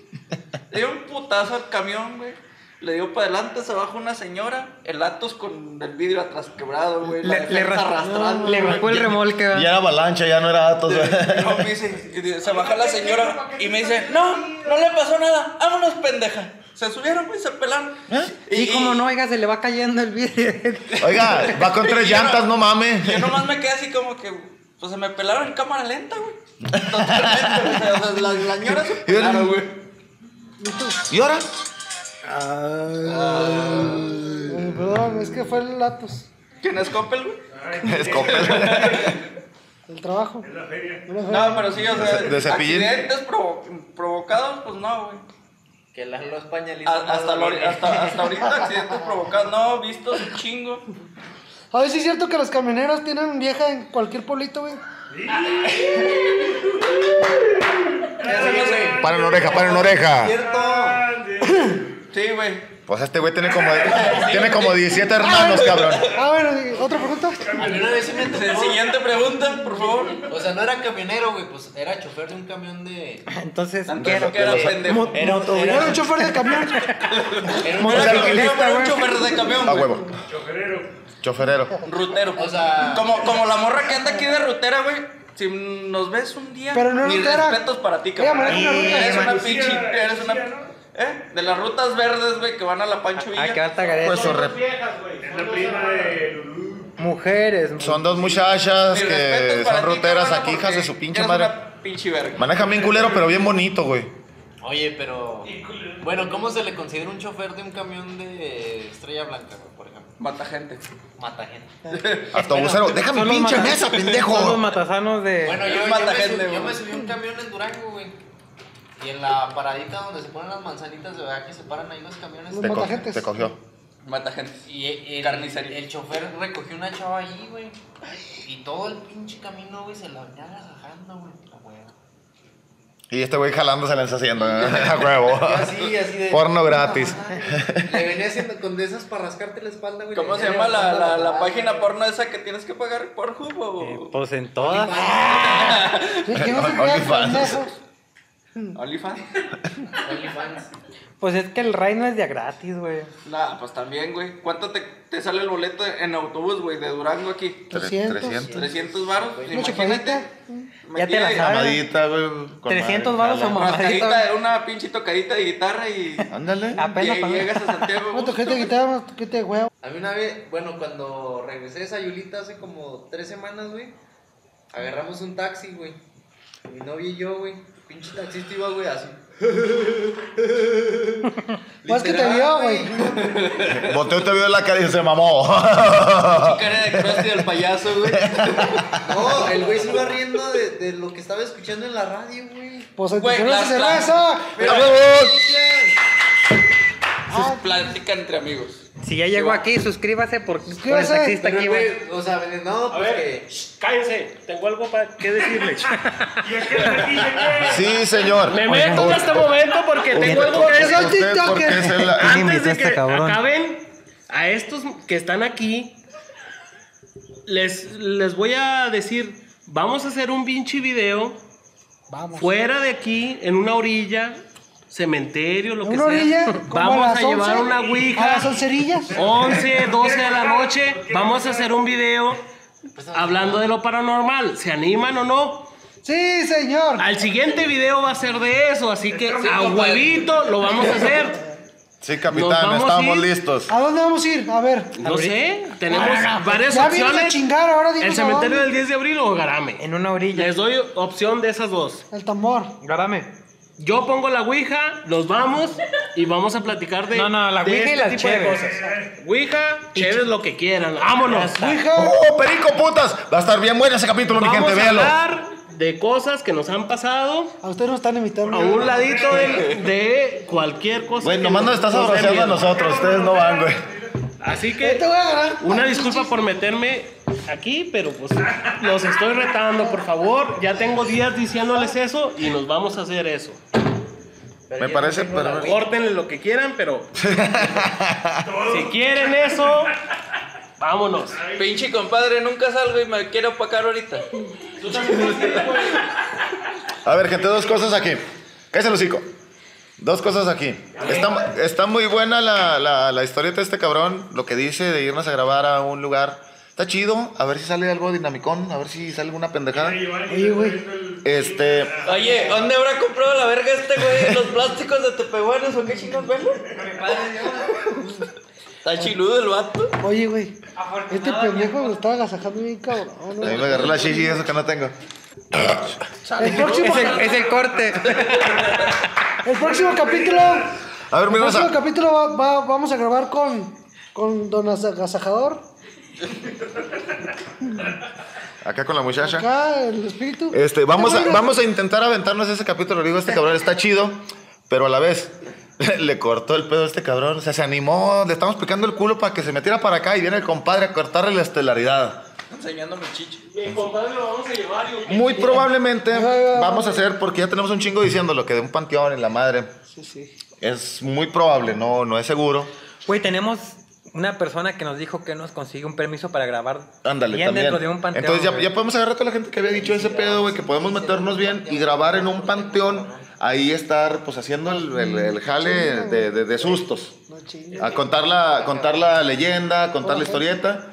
I: Le dio un putazo al camión, güey. Le dio para adelante, se bajó una señora, el Atos con el vidrio atrás quebrado, güey.
C: Le,
I: la
C: le,
I: defensa
C: ras-
I: arrastrando,
C: le
I: güey.
C: rascó el remolque,
B: Ya
C: güey.
B: era avalancha, ya no era
I: (laughs)
B: Atos, güey.
I: No, me dice, y de- se baja la señora y me dice, no, no le pasó nada, vámonos pendeja. Se subieron, güey, se pelaron.
B: ¿Eh?
C: Y como no, oiga, se le va cayendo el vidrio. (laughs)
B: Oiga, va con tres
I: Y yo no-
B: llantas, no mames.
I: Yo nomás me quedé así como que, pues se me pelaron en cámara lenta, güey. Totalmente, güey. o sea, las, las señoras se
B: Y ahora-
I: pelaron, güey.
B: ¿Y ahora?
A: Ay, Perdón, es que fue el Latos.
I: ¿Quién es Coppel, güey?
L: Ay,
B: Escopeta.
A: del trabajo.
H: En la feria.
A: Una feria.
I: No, pero sí, o
B: De
I: sea,
B: ce- de cepillín.
I: accidentes provo- provocados, pues no, güey.
E: Que las los pañalitos.
I: A- Hasta, la ori- hasta, hasta ahorita accidentes provocados, no, vistos un chingo.
A: A ver si Ah, es cierto que los camioneros tienen vieja en cualquier pueblito, güey.
B: Para en oreja, para en oreja.
I: Cierto.
H: Grande.
I: Sí, güey.
B: Pues este güey tiene como, tiene como 17 hermanos, cabrón.
A: Ah, bueno, y otra pregunta.
E: A mí una vez sí me tocó.
I: (laughs) Siguiente pregunta, por favor.
E: O sea, no era camionero, güey, pues era chofer de un camión de.
C: Entonces,
I: Quiero que era pendejo.
E: Era un
A: Era un chofer de camión.
E: Era
I: Era
E: un
I: camionero, pero un chofer de
A: Ah,
I: camión,
B: A
I: güey.
B: huevo.
H: Choferero.
B: Choferero.
I: Rutero.
E: O sea-
I: como, como la morra que anda aquí de rutera, güey. Si nos ves un día,
A: Pero no es
I: mis
A: rutera.
I: respetos para ti,
A: Ella
I: cabrón.
A: maneja una ruta.
I: Eres una
H: Lucía,
I: pinche, eres una...
H: Lucía, ¿no?
I: ¿Eh? De las rutas verdes, güey, que van a la
B: Ah,
I: Pancho Villa.
C: ¿a qué alta garete?
B: Pues sorre-
H: Es la prima de Lulú.
C: Mujeres,
B: son dos muchachas
I: Mis respetos
B: que
I: para
B: son
I: ti,
B: ruteras
I: cabrona,
B: aquí, hijas de
I: porque
B: su pinche
I: eres
B: madre.
I: una pinche verga.
B: Manejan bien culero, pero bien bonito, güey.
E: Oye, pero. Bueno, ¿cómo se le considera un chofer de un camión de Estrella Blanca, güey, por ejemplo?
I: Mata gente.
E: Mata
A: Ah,
E: gente.
B: Autobusero. Déjame pinche
C: en (laughs)
B: mesa, pendejo.
C: los matasanos de.
E: Bueno, yo, yo
I: Mata
E: me,
I: gente,
E: subí, yo
I: güey.
E: me subí a un camión en Durango, güey. Y en la paradita donde se ponen las manzanitas, de verdad que se paran ahí los camiones.
A: Los
B: Te, co-
A: Matagentes.
B: te cogió.
I: Mata gente.
E: Y el,
I: Carnicería.
E: el chofer recogió una chava ahí, güey. Y todo el pinche camino, güey, se la venía agasajando, güey. La hueva.
B: Y este güey jalándose la haciendo. (laughs) A huevo.
F: Así, así de.
B: Porno gratis.
F: Le venía haciendo con de esas para rascarte la espalda, güey.
I: ¿Cómo
F: le
I: se
F: venía
I: llama la,
F: levantando
I: la, la
F: barra,
I: página
F: güey.
I: porno esa que tienes que pagar por jugo?
C: Eh, pues en todas.
A: Sí, que no se crean
B: OnlyFans.
A: pendejos.
I: OnlyFans.
E: OnlyFans.
C: Pues es que el Ray no es de a gratis, güey.
I: Nah, pues también, güey. ¿Cuánto te, te sale el boleto en autobús, güey, de Durango aquí?
A: 300.
I: 300 baros.
A: Una chupadita.
I: Imagínate.
C: Ya te la sabes.
B: Mamadita, güey. con
C: 300
B: madre.
C: varos o más.
I: Rascadita, una pinche tocadita de guitarra y
B: Ándale.
C: Apenas
I: lleg-
C: para-
I: llegas a Santiago.
A: Una toquete de guitarra, una toquete de huevo.
F: A mí una vez, bueno, cuando regresé de Sayulita hace como tres semanas, güey, agarramos un taxi, güey. Mi novia y yo, güey. Pinche taxista iba, güey, así.
A: Más que te
F: Literal,
A: vio, güey.
B: Boteo te vio en la cara y se mamó.
G: (laughs)
I: Cara de Krusty del payaso, güey.
E: Oh,
F: No, el güey se iba riendo de, de lo que estaba escuchando en la radio, güey.
A: Pues se
I: Güey,
A: pusieron
I: las- Pues,
A: esa cerveza.
I: Pero-
B: ¡Vámonos!
A: Ah,
I: Plática entre amigos.
C: Si ya llegó aquí, suscríbase por,
B: Pues
C: por el
A: Suscríbase.
C: taxista
F: Pero
C: pues, aquí,
F: el
C: güey.
F: güey, o sea, venía, no,
H: A
F: porque...
H: ver.
G: Cállense, tengo algo para que decirle.
H: (laughs) ¿Y aquel de aquí, y aquel?
B: Sí, señor.
G: Me meto en este momento porque tengo algo que
A: Eso es
G: decir.
B: Usted,
A: TikTok.
B: porque es el-
C: ¿Quién
G: Antes
C: invitó a
G: de
C: este
G: que
C: cabrón?
G: acaben a estos que están aquí, les, les voy a decir, vamos a hacer un pinche video
A: Vamos.
G: fuera de aquí, en una orilla, cementerio, lo
A: ¿En
G: que
A: una
G: sea.
A: orilla? ¿Cómo
G: Vamos
A: las
G: a llevar
A: 11?
G: una
A: ¿A
G: ouija. Oh.
A: las oncerillas?
G: 11, 12 de la noche, vamos a hacer un video hablando de lo paranormal. ¿Se animan o no?
A: Sí, señor.
G: Al siguiente video va a ser de eso, así que a huevito lo vamos a hacer.
B: Sí,
G: Nos
B: capitán,
G: vamos
B: estamos
G: a ir.
B: listos.
A: ¿A dónde vamos a ir? A ver.
G: No sé, tenemos
A: Ah,
G: varias
A: Ya vienes a
G: opciones.
A: chingar, ahora dinos
G: El
A: a
G: cementerio
A: dónde.
G: del 10 de abril o Garame.
C: En una orilla.
G: Les doy opción de esas dos.
A: El tambor.
C: Garame.
G: Yo pongo la Ouija, nos vamos y vamos a platicar de.
C: No, no, la
G: de este
C: ouija y las
G: tipo de
C: cheves.
G: cosas. Ouija, chéves lo que quieran. Vámonos.
A: Ouija.
B: ¡Oh, perico, putas! Va a estar bien bueno ese capítulo, mi
G: Vamos
B: gente,
G: a
B: véalo.
G: hablar de cosas que nos han pasado
A: A ustedes nos están invitando.
G: a un ladito de, de cualquier cosa.
B: Güey,
G: que
B: nomás nos estás
G: dé
B: abrazando a
G: miedo.
B: nosotros, ustedes no van, güey.
G: Así
A: Yo te voy
G: que
A: a agarrar.
G: una disculpa por meterme aquí, pero pues los estoy retando, por favor. Ya tengo días diciéndoles eso y nos vamos a hacer eso.
B: Me parece, pero...
G: Córtenle lo que quieran, pero si quieren eso, vámonos.
I: Pinche compadre, nunca salgo y me quiero opacar ahorita.
B: A ver, gente, dos cosas aquí. Cállese el hocico. Dos cosas aquí. Está, está muy buena la, la, la historieta de este cabrón, lo que dice de irnos a grabar a un lugar. Está chido, a ver si sale algo dinamicón, a ver si sale alguna pendejada.
A: Oye, güey.
B: Este,
I: Oye, ¿dónde habrá comprado la verga este güey? ¿Los plásticos de Tepehuanes o qué chingos verga? (laughs) Está chiludo el vato.
A: Oye, güey. Este pendejo lo estaba agasajando bien cabrón.
B: a
A: ¿no?
B: mí me agarré la chichi, eso que no tengo.
A: El próximo,
C: Es el, es el corte.
A: el próximo capítulo.
B: A ver,
A: El
B: mi
A: próximo
B: raza.
A: capítulo va- va- vamos a grabar con, con Don Agasajador.
B: Acá con la muchacha.
A: Acá el espíritu.
B: Este, vamos
A: Ay,
B: a,
A: mira,
B: vamos a intentar aventarnos ese capítulo. Lo digo, este cabrón está chido, pero a la vez (laughs) le cortó el pedo a este cabrón. O sea, se animó, le estamos picando el culo para que se metiera para acá y viene el compadre a cortarle la estelaridad.
I: Enseñando mi chichi.
G: Mi compadre lo vamos a llevar. y-
B: Muy probablemente
A: Ay, ay, ay.
B: vamos a hacer, porque ya tenemos un chingo diciéndolo, que de un panteón en la madre.
A: Sí, sí.
B: Es muy probable, no, no es seguro.
C: (laughs) Güey, tenemos una persona que nos dijo que nos consigue un permiso para grabar.
B: Ándale,
C: bien
B: también.
C: dentro de un panteón.
B: Entonces ya,
C: güey.
B: ya podemos agarrar a toda la gente que había dicho ese pedo, güey, que podemos meternos bien y grabar en un panteón, ahí estar, pues, haciendo el, el- el jale de, de- de sustos.
A: No chingues.
B: A contar la, contar la leyenda, contar la historieta.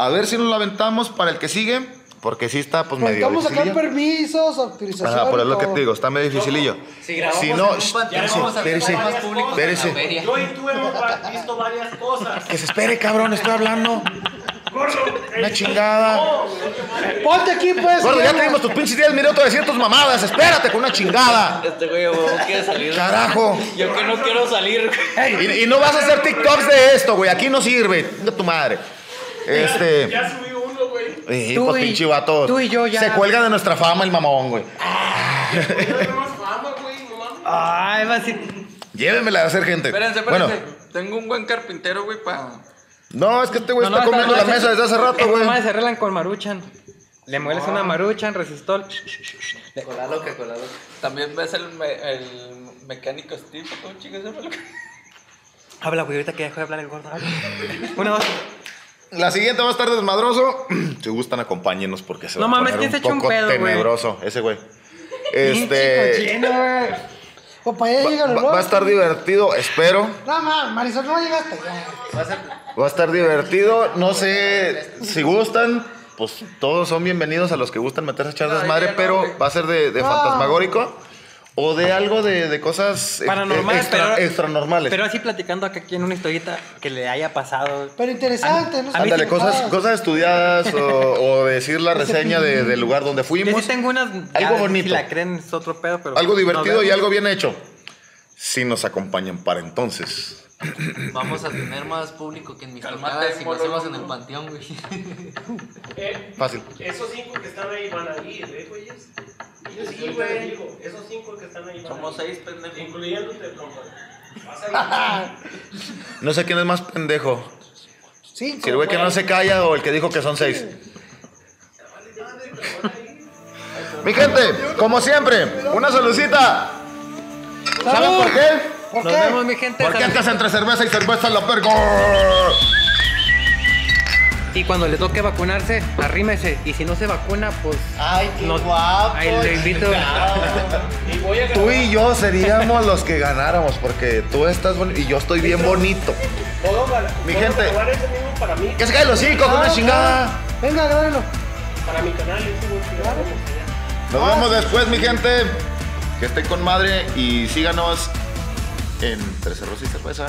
B: A ver si nos la aventamos para el que sigue, porque sí está, pues, medio
A: Necesitamos sacar
B: dificilillo.
A: permisos, autorización.
B: Ajá, por es lo que
A: todo.
B: te digo, está medio dificilillo.
E: Si grabamos
B: Si no,
E: en un
B: sh-
E: panteón,
B: espérese,
E: vamos a hacer
B: espérese.
E: más público en la
B: Espérese.
E: feria.
G: Yo y tú hemos va- visto varias cosas.
B: Que se espere, cabrón, estoy hablando.
H: Gordo,
B: Una chingada.
A: Ponte aquí, pues.
B: Gordo, ya
A: mierda.
B: tenemos tus pinches 10 minutos de cientos mamadas. Espérate con una chingada.
I: Este güey, güey, quiere salir.
B: Carajo.
I: Yo que no quiero salir, güey.
B: Y, y no vas a hacer TikToks de esto, güey. Aquí no sirve. Chinga tu madre. Este.
H: ya subí uno, güey.
B: Y,
C: Tú
B: pues,
C: y-
B: pinche vato.
C: tú y yo ya-
B: Se cuelga de nuestra fama el mamón, güey.
H: Ya tenemos fama, güey, no mames.
C: Ay, va a decir.
B: Llévenmela a hacer gente.
I: Espérense, espérense.
B: Bueno,
I: Tengo un buen carpintero, güey, para.
B: no, es que este güey
C: No, no,
B: está
C: esta-
B: comiendo
C: no,
B: la
C: esta-
B: mesa desde hace rato,
C: estas
B: güey.
C: madres se arreglan con maruchan. Le mueles una maruchan, resistol. Le-
F: Colalo que colalo.
I: También ves el, me- el mecánico Steve. ¿Cómo chingas se llama el güey?
C: Habla, güey, ahorita que dejó de hablar el (laughs) gordo. habla. Una, dos.
B: La siguiente va a estar desmadroso. (clears throat) Si gustan, acompáñenos porque se
C: No
B: va a
C: mames,
B: poner
C: ¿quién se
B: un
C: echó un
B: poco
C: pedo, güey?
B: tenebroso ese güey.
C: Pinche
B: Este.
C: cochino, güey.
A: Pues para allá llega
B: Va,
A: el
B: va- va a estar divertido, espero.
A: No, mames, Marisol, no llegaste.
B: Va a estar divertido. No sé si gustan. Pues todos son bienvenidos a los que gustan meterse a echar
I: No,
B: desmadre,
I: ya no,
B: pero
I: güey.
B: va a ser de, de
A: No.
B: fantasmagórico o de algo de, de cosas ex-
C: Paranormales,
B: extra,
C: pero,
B: extranormales.
C: Pero así platicando acá aquí en una historieta que le haya pasado.
A: Pero interesante, ¿no?
C: a mí sí
B: Ándale,
A: Ah,
B: cosas, cosas estudiadas o, o decir la reseña de- del lugar donde
C: Yo
B: fuimos.
C: sí tengo unas. ya,
B: Algo bonito.
C: Si la creen, es otro pedo, pero.
B: Algo
C: no
B: divertido
C: veo.
B: y algo bien hecho. Si nos acompañan para entonces.
E: Vamos a tener más público que en mis
I: Cálmate,
E: tocadas si lo
I: morro.
E: hacemos en el panteón, güey.
H: Eh,
B: Fácil.
H: esos cinco que están ahí van a ir, ¿eh, güeyes? Yo sí, güey. Esos cinco que están ahí van
I: Somos
H: a ir.
I: seis pendejos.
H: Incluyéndote, compa. Vas a ir.
B: No sé quién es más pendejo.
A: Cinco.
B: Si el güey que no se calla o el que dijo que son seis. Mi gente, como siempre, una saludcita. ¿Saben por qué?
A: ¿Por
C: Nos
A: qué?
C: vemos, mi gente.
B: Porque
C: Salud.
B: antes entre cerveza y cerveza la pergo.
C: Y cuando le toque vacunarse, arrímese. Y si no se vacuna, pues.
F: Ay, qué
C: nos-
F: guapo.
C: Ahí le invito.
H: Y voy a grabar.
B: Tú y yo seríamos los que ganáramos porque tú estás bonito y yo estoy bien bonito.
H: Puedo gra-
B: Mi
H: puedo
B: gente.
H: grabar ese mismo para mí,
B: Que se caen los cinco con una chingada.
A: Venga, grábenlo.
H: para mi canal. ese güey, que grabo.
B: Nos vemos después, mi gente. Que estén con madre y síganos en Entre cerveza y cerveza.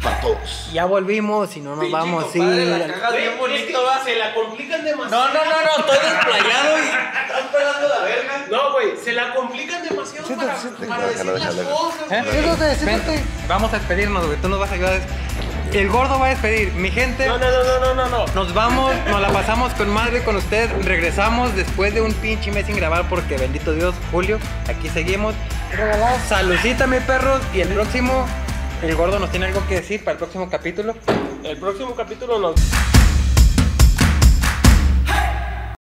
B: Para todos.
C: Ya volvimos y no nos
I: Pinche
C: vamos. Sí. ¿Eh?
I: compadre, la caga
H: Güey,
I: bien
H: es que
I: bonito, va.
H: Se la complican demasiado.
I: No, no, no, no, estoy desplayado y.
D: ¿Estás pelando la verga?
H: No, güey, se la complican demasiado
A: Sí,
H: para,
A: sí,
H: para decir
B: déjalo, déjalo,
H: las
B: déjalo.
H: cosas.
C: ¿Eh?
A: Siéntate,
C: Ven,
A: siéntate.
C: vamos a despedirnos, güey. Tú nos vas a ayudar. El gordo va a despedir. Mi gente.
H: No, no, no, no, no, no, no.
C: Nos vamos, nos la pasamos con madre con usted. Regresamos después de un pinche mes sin grabar porque bendito Dios, Julio, aquí seguimos. Saludcita, mis perros. Y el próximo, el gordo nos tiene algo que decir para el próximo capítulo.
G: El próximo capítulo nos.